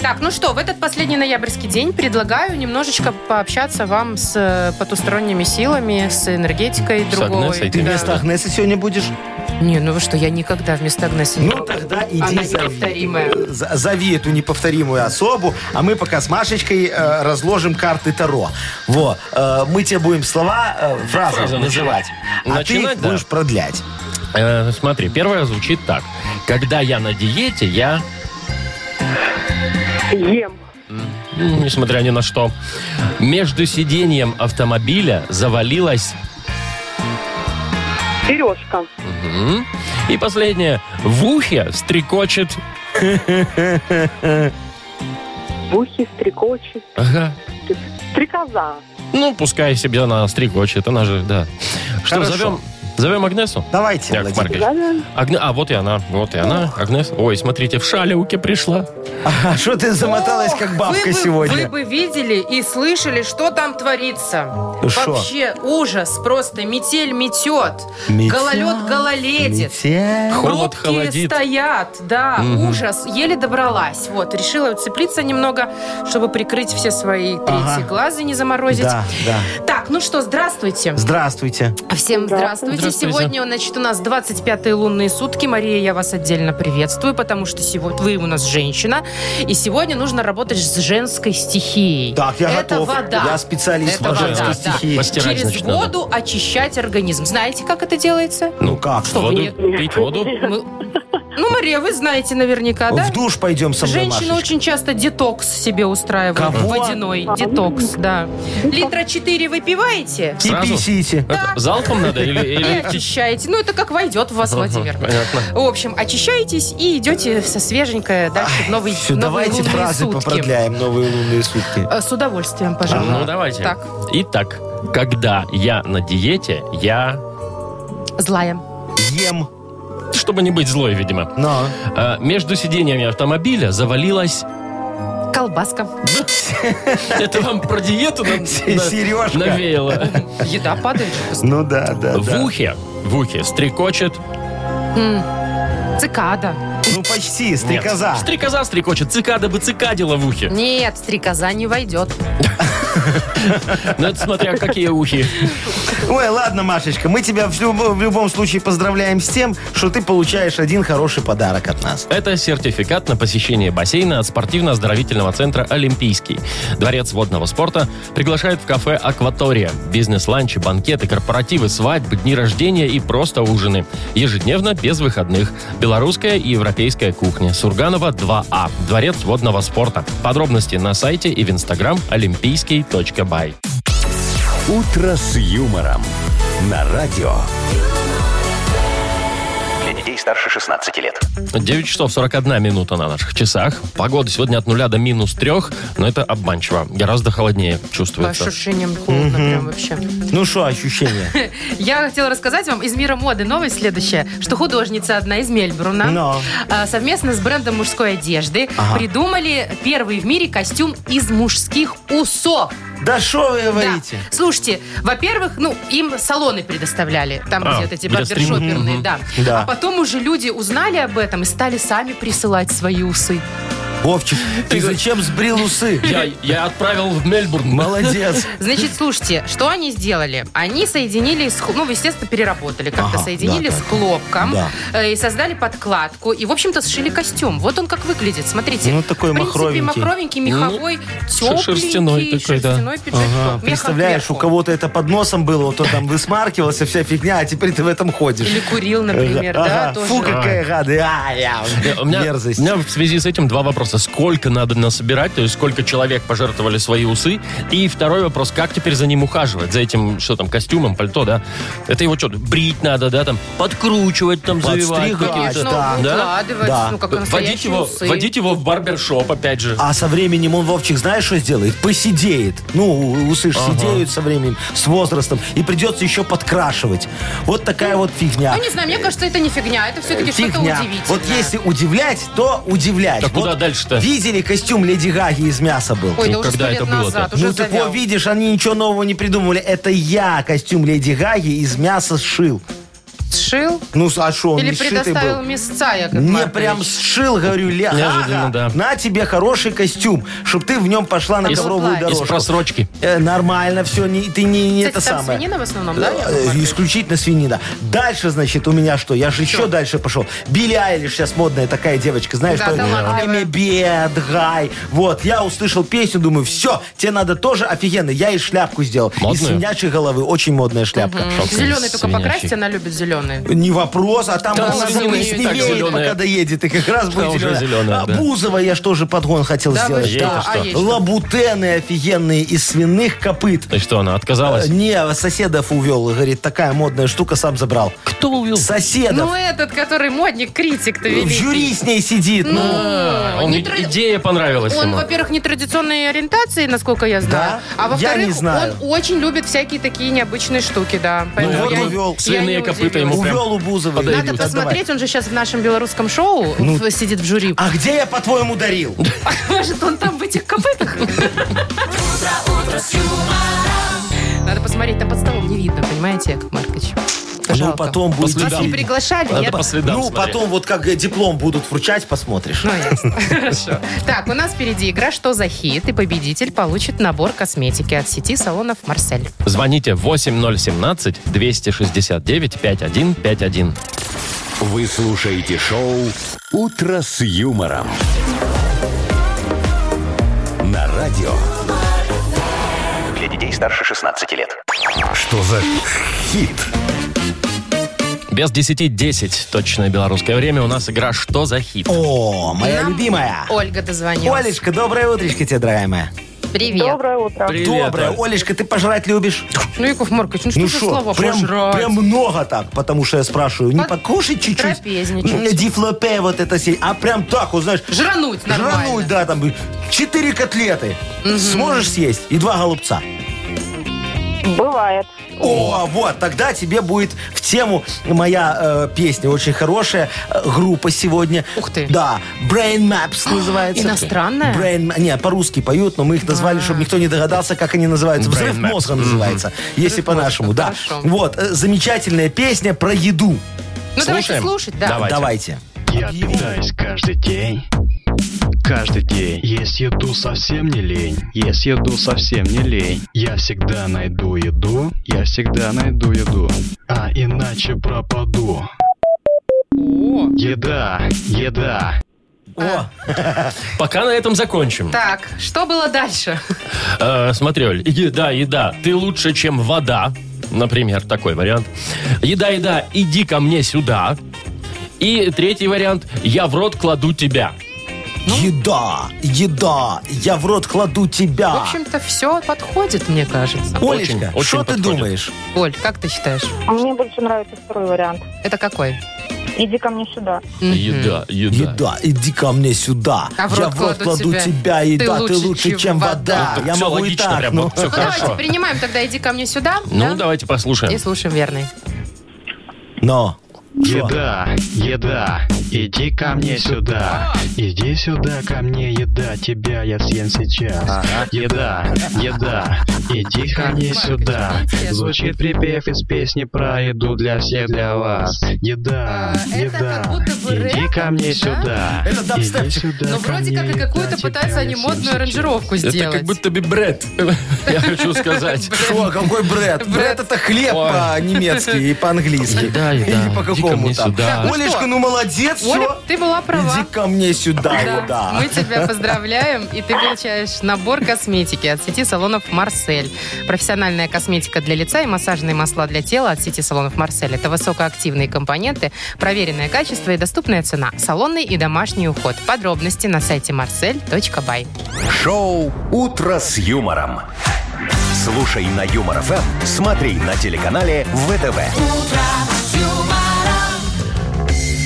Так, ну что, в этот последний ноябрьский день предлагаю немножечко пообщаться вам с э, потусторонними силами, с энергетикой
С
другой.
Агнесой
Ты
Да.
вместо Агнесы сегодня будешь?
Не, ну вы что, я никогда вместо Агнесы не
Ну
трогаю.
тогда иди
Она
зови.
неповторимая.
З- Зови эту неповторимую особу, а мы пока с Машечкой э, разложим карты Таро. Во, э, мы тебе будем слова, э, фразы
Фразы
называть, а ты
Начинать,
их
да.
будешь продлять.
Э, смотри, первая звучит так. Когда я на диете, я,
Ем.
м, несмотря ни на что, между сиденьем автомобиля завалилась...
Сережка.
Мгм. И последнее. В ухе стрекочет...
В ухе стрекочет.
Ага.
Стрекоза.
Ну, пускай себе она стрекочет, она же, да. Что,
Хорошо.
зовем, зовем Агнесу?
Давайте,
Яков
Владимир.
Маркович.
Да-да.
Агне- А, вот и она, вот и она, Агнес. Ой, смотрите, в шаляуке пришла.
А что ты замоталась, как бабка
вы бы, Вы
сегодня?
бы видели и слышали, что там творится.
Ты шо?
Вообще ужас, просто метель метет,
Метет,
гололед гололедит.
Метель.
Холод
Пробки
холодит.
стоят, да, ужас. Еле добралась, вот. Решила уцепиться немного, чтобы прикрыть все свои третьи
Ага.
глаза, не заморозить.
Да, да.
Так, ну что, здравствуйте.
Здравствуйте.
А Всем здравствуйте.
Здравствуйте.
Сегодня, значит, у нас 25-е лунные сутки. Мария, я вас отдельно приветствую, потому что сегодня вы у нас женщина, и сегодня нужно работать с женской стихией.
Так, я
Это
готов.
вода.
Я специалист
Это
по
вода,
женской
да.
стихии.
Постирать,
Через
значит, надо.
воду очищать организм. Знаете, как это делается?
Ну как?
Что,
воду,
мне-
пить воду.
Мы- Ну, Мария, вы знаете наверняка, да?
В душ пойдем со мной,
Женщины
Машечка.
очень часто детокс себе устраивают.
Кого?
Водяной детокс, да. Литра 4 выпиваете
И
Сразу?
писите.
Это залпом надо или...
и
или-
очищаете. Ну, это как войдет в вас, Владимир.
Ага, понятно.
В общем, очищаетесь и идете со свеженькое дальше в новый,
Все,
новые
давайте
лунные
фразы
сутки.
попродляем. Новые лунные сутки.
Э, С удовольствием, пожалуйста.
Ну, давайте.
Так.
Итак, когда я на диете, я...
Злая.
Ем.
Чтобы не быть злой, видимо.
Но.
э, между сиденьями автомобиля завалилась...
Колбаска.
Это вам про диету на- на-
Сережка.
навеяло.
Еда падает. же постоянно.
Ну да, да,
В
да.
ухе, в ухе стрекочет...
Цикада.
Ну почти, стрекоза.
Нет. Стрекоза стрекочет, цикада бы цикадила в ухе.
Нет, стрекоза не войдет.
Ну, это смотря какие ухи.
Ой, ладно, Машечка, мы тебя в, люб- в любом случае поздравляем с тем, что ты получаешь один хороший подарок от нас.
Это сертификат на посещение бассейна от спортивно-оздоровительного центра «Олимпийский». Дворец водного спорта приглашает в кафе «Акватория». Бизнес-ланчи, банкеты, корпоративы, свадьбы, дни рождения и просто ужины. Ежедневно, без выходных. Белорусская и европейская кухня. Сурганова 2А. Дворец водного спорта. Подробности на сайте и в инстаграм олимпийский.бай.
«Утро с юмором» на радио.
Для детей старше 16 лет.
9 часов 41 минута на наших часах. Погода сегодня от нуля до минус трех, но это обманчиво. Гораздо холоднее
По
чувствуется.
ощущениям холодно прям вообще.
Ну что, ощущения?
Я хотела рассказать вам из мира моды новость следующая, что художница одна из Мельбруна
Но.
а, совместно с брендом мужской одежды придумали первый в мире костюм из мужских усов.
Да что вы
Да.
говорите?
Слушайте, во-первых, ну, им салоны предоставляли, там,
А,
где вот эти
для стримов.
барбершоперные, да.
Да.
А потом уже люди узнали об этом и стали сами присылать свои усы.
Вовчик, ты зачем сбрил усы?
Я, я отправил в Мельбурн.
Молодец.
Значит, слушайте, что они сделали? Они соединили, с хл- ну, естественно, переработали, как-то
Ага,
соединили
да,
с хлопком
Да.
э, и создали подкладку, и, в общем-то, сшили костюм. Вот он как выглядит, смотрите.
Ну, такой
В принципе,
махровенький. Ну,
махровенький, меховой,
ше-
тепленький,
шерстяной такой, да.
шерстяной пиджачок. мехом
Представляешь,
кверху.
у кого-то это под носом было, вот то там высмаркивался, вся фигня, а теперь ты в этом ходишь.
Или курил, например, да,
Ага,
тоже.
Фу, какая гадость. А, я,
У меня,
мерзость.
у меня в связи с этим два вопроса. Сколько надо насобирать, то есть сколько человек пожертвовали свои усы? И второй вопрос, как теперь за ним ухаживать? За этим, что там, костюмом, пальто, да? Это его что, брить надо, да, там, подкручивать, там, завивать?
Подстригать,
какие-то?
Ну,
да.
укладывать,
Да.
ну, как
Водить
настоящие
его,
усы.
водить его в барбершоп, опять же.
А со временем он, Вовчик, знаешь, что сделает? Посидеет. Ну, усы ж сидеют со временем, с возрастом. И придется еще подкрашивать. Вот такая вот фигня.
Ну, не знаю, мне кажется, это не фигня, это все-таки что-то
Фигня.
удивительное.
Вот если удивлять, то удивлять.
Так
Вот
куда дальше-то?
Видели костюм Леди Гаги из мяса был?
Ой,
Ну,
да уже
когда
сто лет
это было-то?
назад, уже
Ну, так
завял.
вот, видишь, они ничего нового не придумывали. Это я костюм Леди Гаги из мяса сшил.
Сшил
Ну, а что, он
или
не сшитый был?
предоставил места, Яков
Мне
Маркович?
прям сшил, говорю, Леха,
Неожиданно, да.
на тебе хороший костюм, чтобы ты в нем пошла на
Из-
ковровую
из
Из
дорожку.
просрочки.
Э, нормально все, не, ты не, не
Кстати,
это
там
самое.
свинина в основном, да, Яков
Э,
Маркович?
Исключительно свинина. Дальше, значит, у меня что? Я же еще дальше пошел. Билли Айлиш сейчас модная такая девочка, знаешь,
Да,
что?
талантливая.
I'm a bad guy. Вот, я услышал песню, думаю, все, тебе надо тоже офигенно. Я и шляпку сделал. Из
Модную?
свинячей головы. Очень модная шляпка.
Зеленый только
Свинячий.
покрасьте, она любит зеленый.
Не вопрос, а там,
Там
она
свинина
думаю,
и так
веет,
зеленая.
пока доедет, и как раз будет
уже
зеленая.
зеленая,
А,
да.
Бузова я же тоже подгон хотел
Да вы
сделать.
что?
Да.
А есть что?
Лабутены офигенные из свиных копыт.
И что, она
Э,
отказалась?
Не, соседов увел. Говорит, такая модная штука, сам забрал.
Кто увел?
Соседов.
Ну, этот, который модник, критик-то
в
великий.
жюри с ней сидит. Ну,
А, он-
Не тр-
Идея понравилась
Он,
ему.
во-первых, нетрадиционной ориентации, насколько я знаю.
Да?
А во-вторых,
Я не знаю. Ну,
он очень любит всякие такие необычные штуки, да. Поэтому
вот
я-
увел.
я
Свиные
не
копыта ему прям
удивилась.
Ну, увел у Бузовой.
Надо
Надо
дают.
посмотреть, он же сейчас в нашем белорусском шоу в- сидит в жюри.
А где я, по-твоему, дарил?
Может, он там в этих копытах? Надо посмотреть, там под столом не видно, понимаете, Яков Маркович?
Ну, потом будет
следам.
Вас не
обидно.
приглашали,
Надо
нет?
по следам
Ну,
смотреть.
потом вот как э, диплом будут вручать, посмотришь.
Ну, ясно. Хорошо. Так, у нас впереди игра «Что за хит?» и победитель получит набор косметики от сети салонов «Марсель».
Звоните 8017-269-5151.
Вы слушаете шоу «Утро с юмором» на радио.
Для детей старше 16 лет.
Что за хит?
Без 10-10 точное белорусское время. У нас игра «Что за хит?»
О, моя
Нам
любимая.
Ольга дозвонилась.
Олечка, доброе утречко тебе, дорогая моя.
Привет.
Доброе утро.
Привет,
Доброе.
Оль.
Олечка, ты пожрать любишь?
Ну, Яков Маркович, ну что
Ну
за
что,
слова
прям,
«пожрать»?
прям много так, потому что я спрашиваю, не
Под-
покушать чуть-чуть?
трапезничать.
М, Дифлопе вот это сеть, а прям так, вот знаешь,
Жрануть нормально.
жрануть, да, там, четыре котлеты сможешь съесть и два голубца.
Бывает.
О, вот, тогда тебе будет в тему моя э, песня, очень хорошая э, группа сегодня.
Ух ты. А,
Да, Brain Maps называется.
Иностранная?
Brain, не, по-русски поют, но мы их назвали, чтобы никто не догадался, как они называются. Взрыв
Brain Maps.
мозга называется, если
Взрыв
по-нашему,
мозга,
да.
хорошо.
Вот, э, замечательная песня про еду.
Ну, давайте
Слушаем?
слушать, да.
Давай. Давайте.
Давайте.
Я
Объявил.
питаюсь каждый день. Каждый день, есть еду совсем не лень, есть еду совсем не лень. Я всегда найду еду, я всегда найду еду, а иначе пропаду.
О,
Еда, еда,
А,
О,
Пока на этом закончим.
так, что было дальше?
Э, смотри, Оль, еда, еда, ты лучше, чем вода. Например, такой вариант. Еда, еда, иди ко мне сюда. И третий вариант. Я в рот кладу тебя.
ну?
еда, еда, я в рот кладу тебя.
В общем-то, все подходит, мне кажется.
Олечка,
А очень
что ты
подходит.
думаешь?
Оль, как ты считаешь?
Мне больше нравится второй вариант.
Это какой?
Иди ко мне сюда.
Мгм.
Еда, еда.
Еда, иди ко мне сюда.
А в рот
я в рот
кладу
кладу
тебя.
тебя,
Ты
еда, ты
лучше,
лучше,
чем
чем,
Ну,
вода.
так
я
всё
могу
логично,
и так,
прям
но...
вот всё
Ну, давайте
хорошо.
принимаем тогда «Иди ко мне сюда».
Ну,
да?
давайте
И
послушаем.
слушаем верный.
Но. Что?
Еда, еда, иди ко мне сюда, иди сюда ко мне, еда, тебя я съем сейчас. Еда, еда, иди ко мне сюда. Звучит припев из песни про еду для всех для вас. Еда,
А, это как
еда,
будто бы
иди
рэп,
ко мне
да?
сюда.
Это
Иди
дабстепчик.
сюда
Ну,
ко
вроде как
мне,
и какую-то
еда,
пытаются
тебя
они
я съем
модную
сейчас.
аранжировку
Это
сделать.
как будто бы бред. Я хочу сказать.
Что, какой бред? Бред это хлеб
Ой.
по-немецки и по-английски.
Еда, еда.
Или по
Иди ко мне
какому там.
сюда.
Ну что?
Олечка, ну молодец,
Оля,
всё.
ты была права.
Иди ко мне сюда,
Да.
еда.
Мы тебя поздравляем, и ты получаешь набор косметики от сети салонов «Марсель». Профессиональная косметика для лица и массажные масла для тела от сети салонов «Марсель». Это высокоактивные компоненты, проверенное качество и доступная цена. Салонный и домашний уход. Подробности на сайте marsel.by.
Шоу «Утро с юмором». Слушай на Юмор ФМ, смотри на телеканале ВТВ.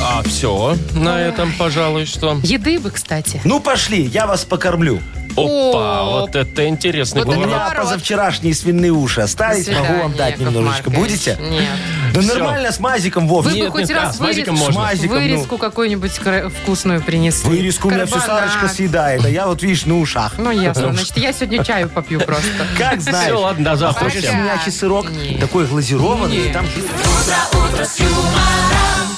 А, все. На этом, пожалуй, что.
Еды бы, кстати.
Ну пошли, я вас покормлю.
Опа,
О.
вот это интересный
Вот это
У
поворот.
меня
Поворот.
позавчерашние свиные уши
До
остались, могу
свидания,
вам дать
Яков
немножечко.
Маркович.
Будете?
Нет.
Да
Всё.
нормально, с мазиком, Вов.
Вы
Нет,
бы хоть
нет, а,
раз
с мазиком
вырез-
можно.
С мазиком, ну.
вырезку какую-нибудь кра- вкусную принесли.
Вырезку у меня всю
Карбонат.
Сарочка съедает, а я вот, видишь, на ушах.
Ну, ясно. Значит, я сегодня чаю попью просто.
Как знаешь.
Все, ладно, до завтра.
Хочешь
всем.
Мягкий сырок,
Нет.
такой глазированный,
Нет.
там
Утро, утро с юмором.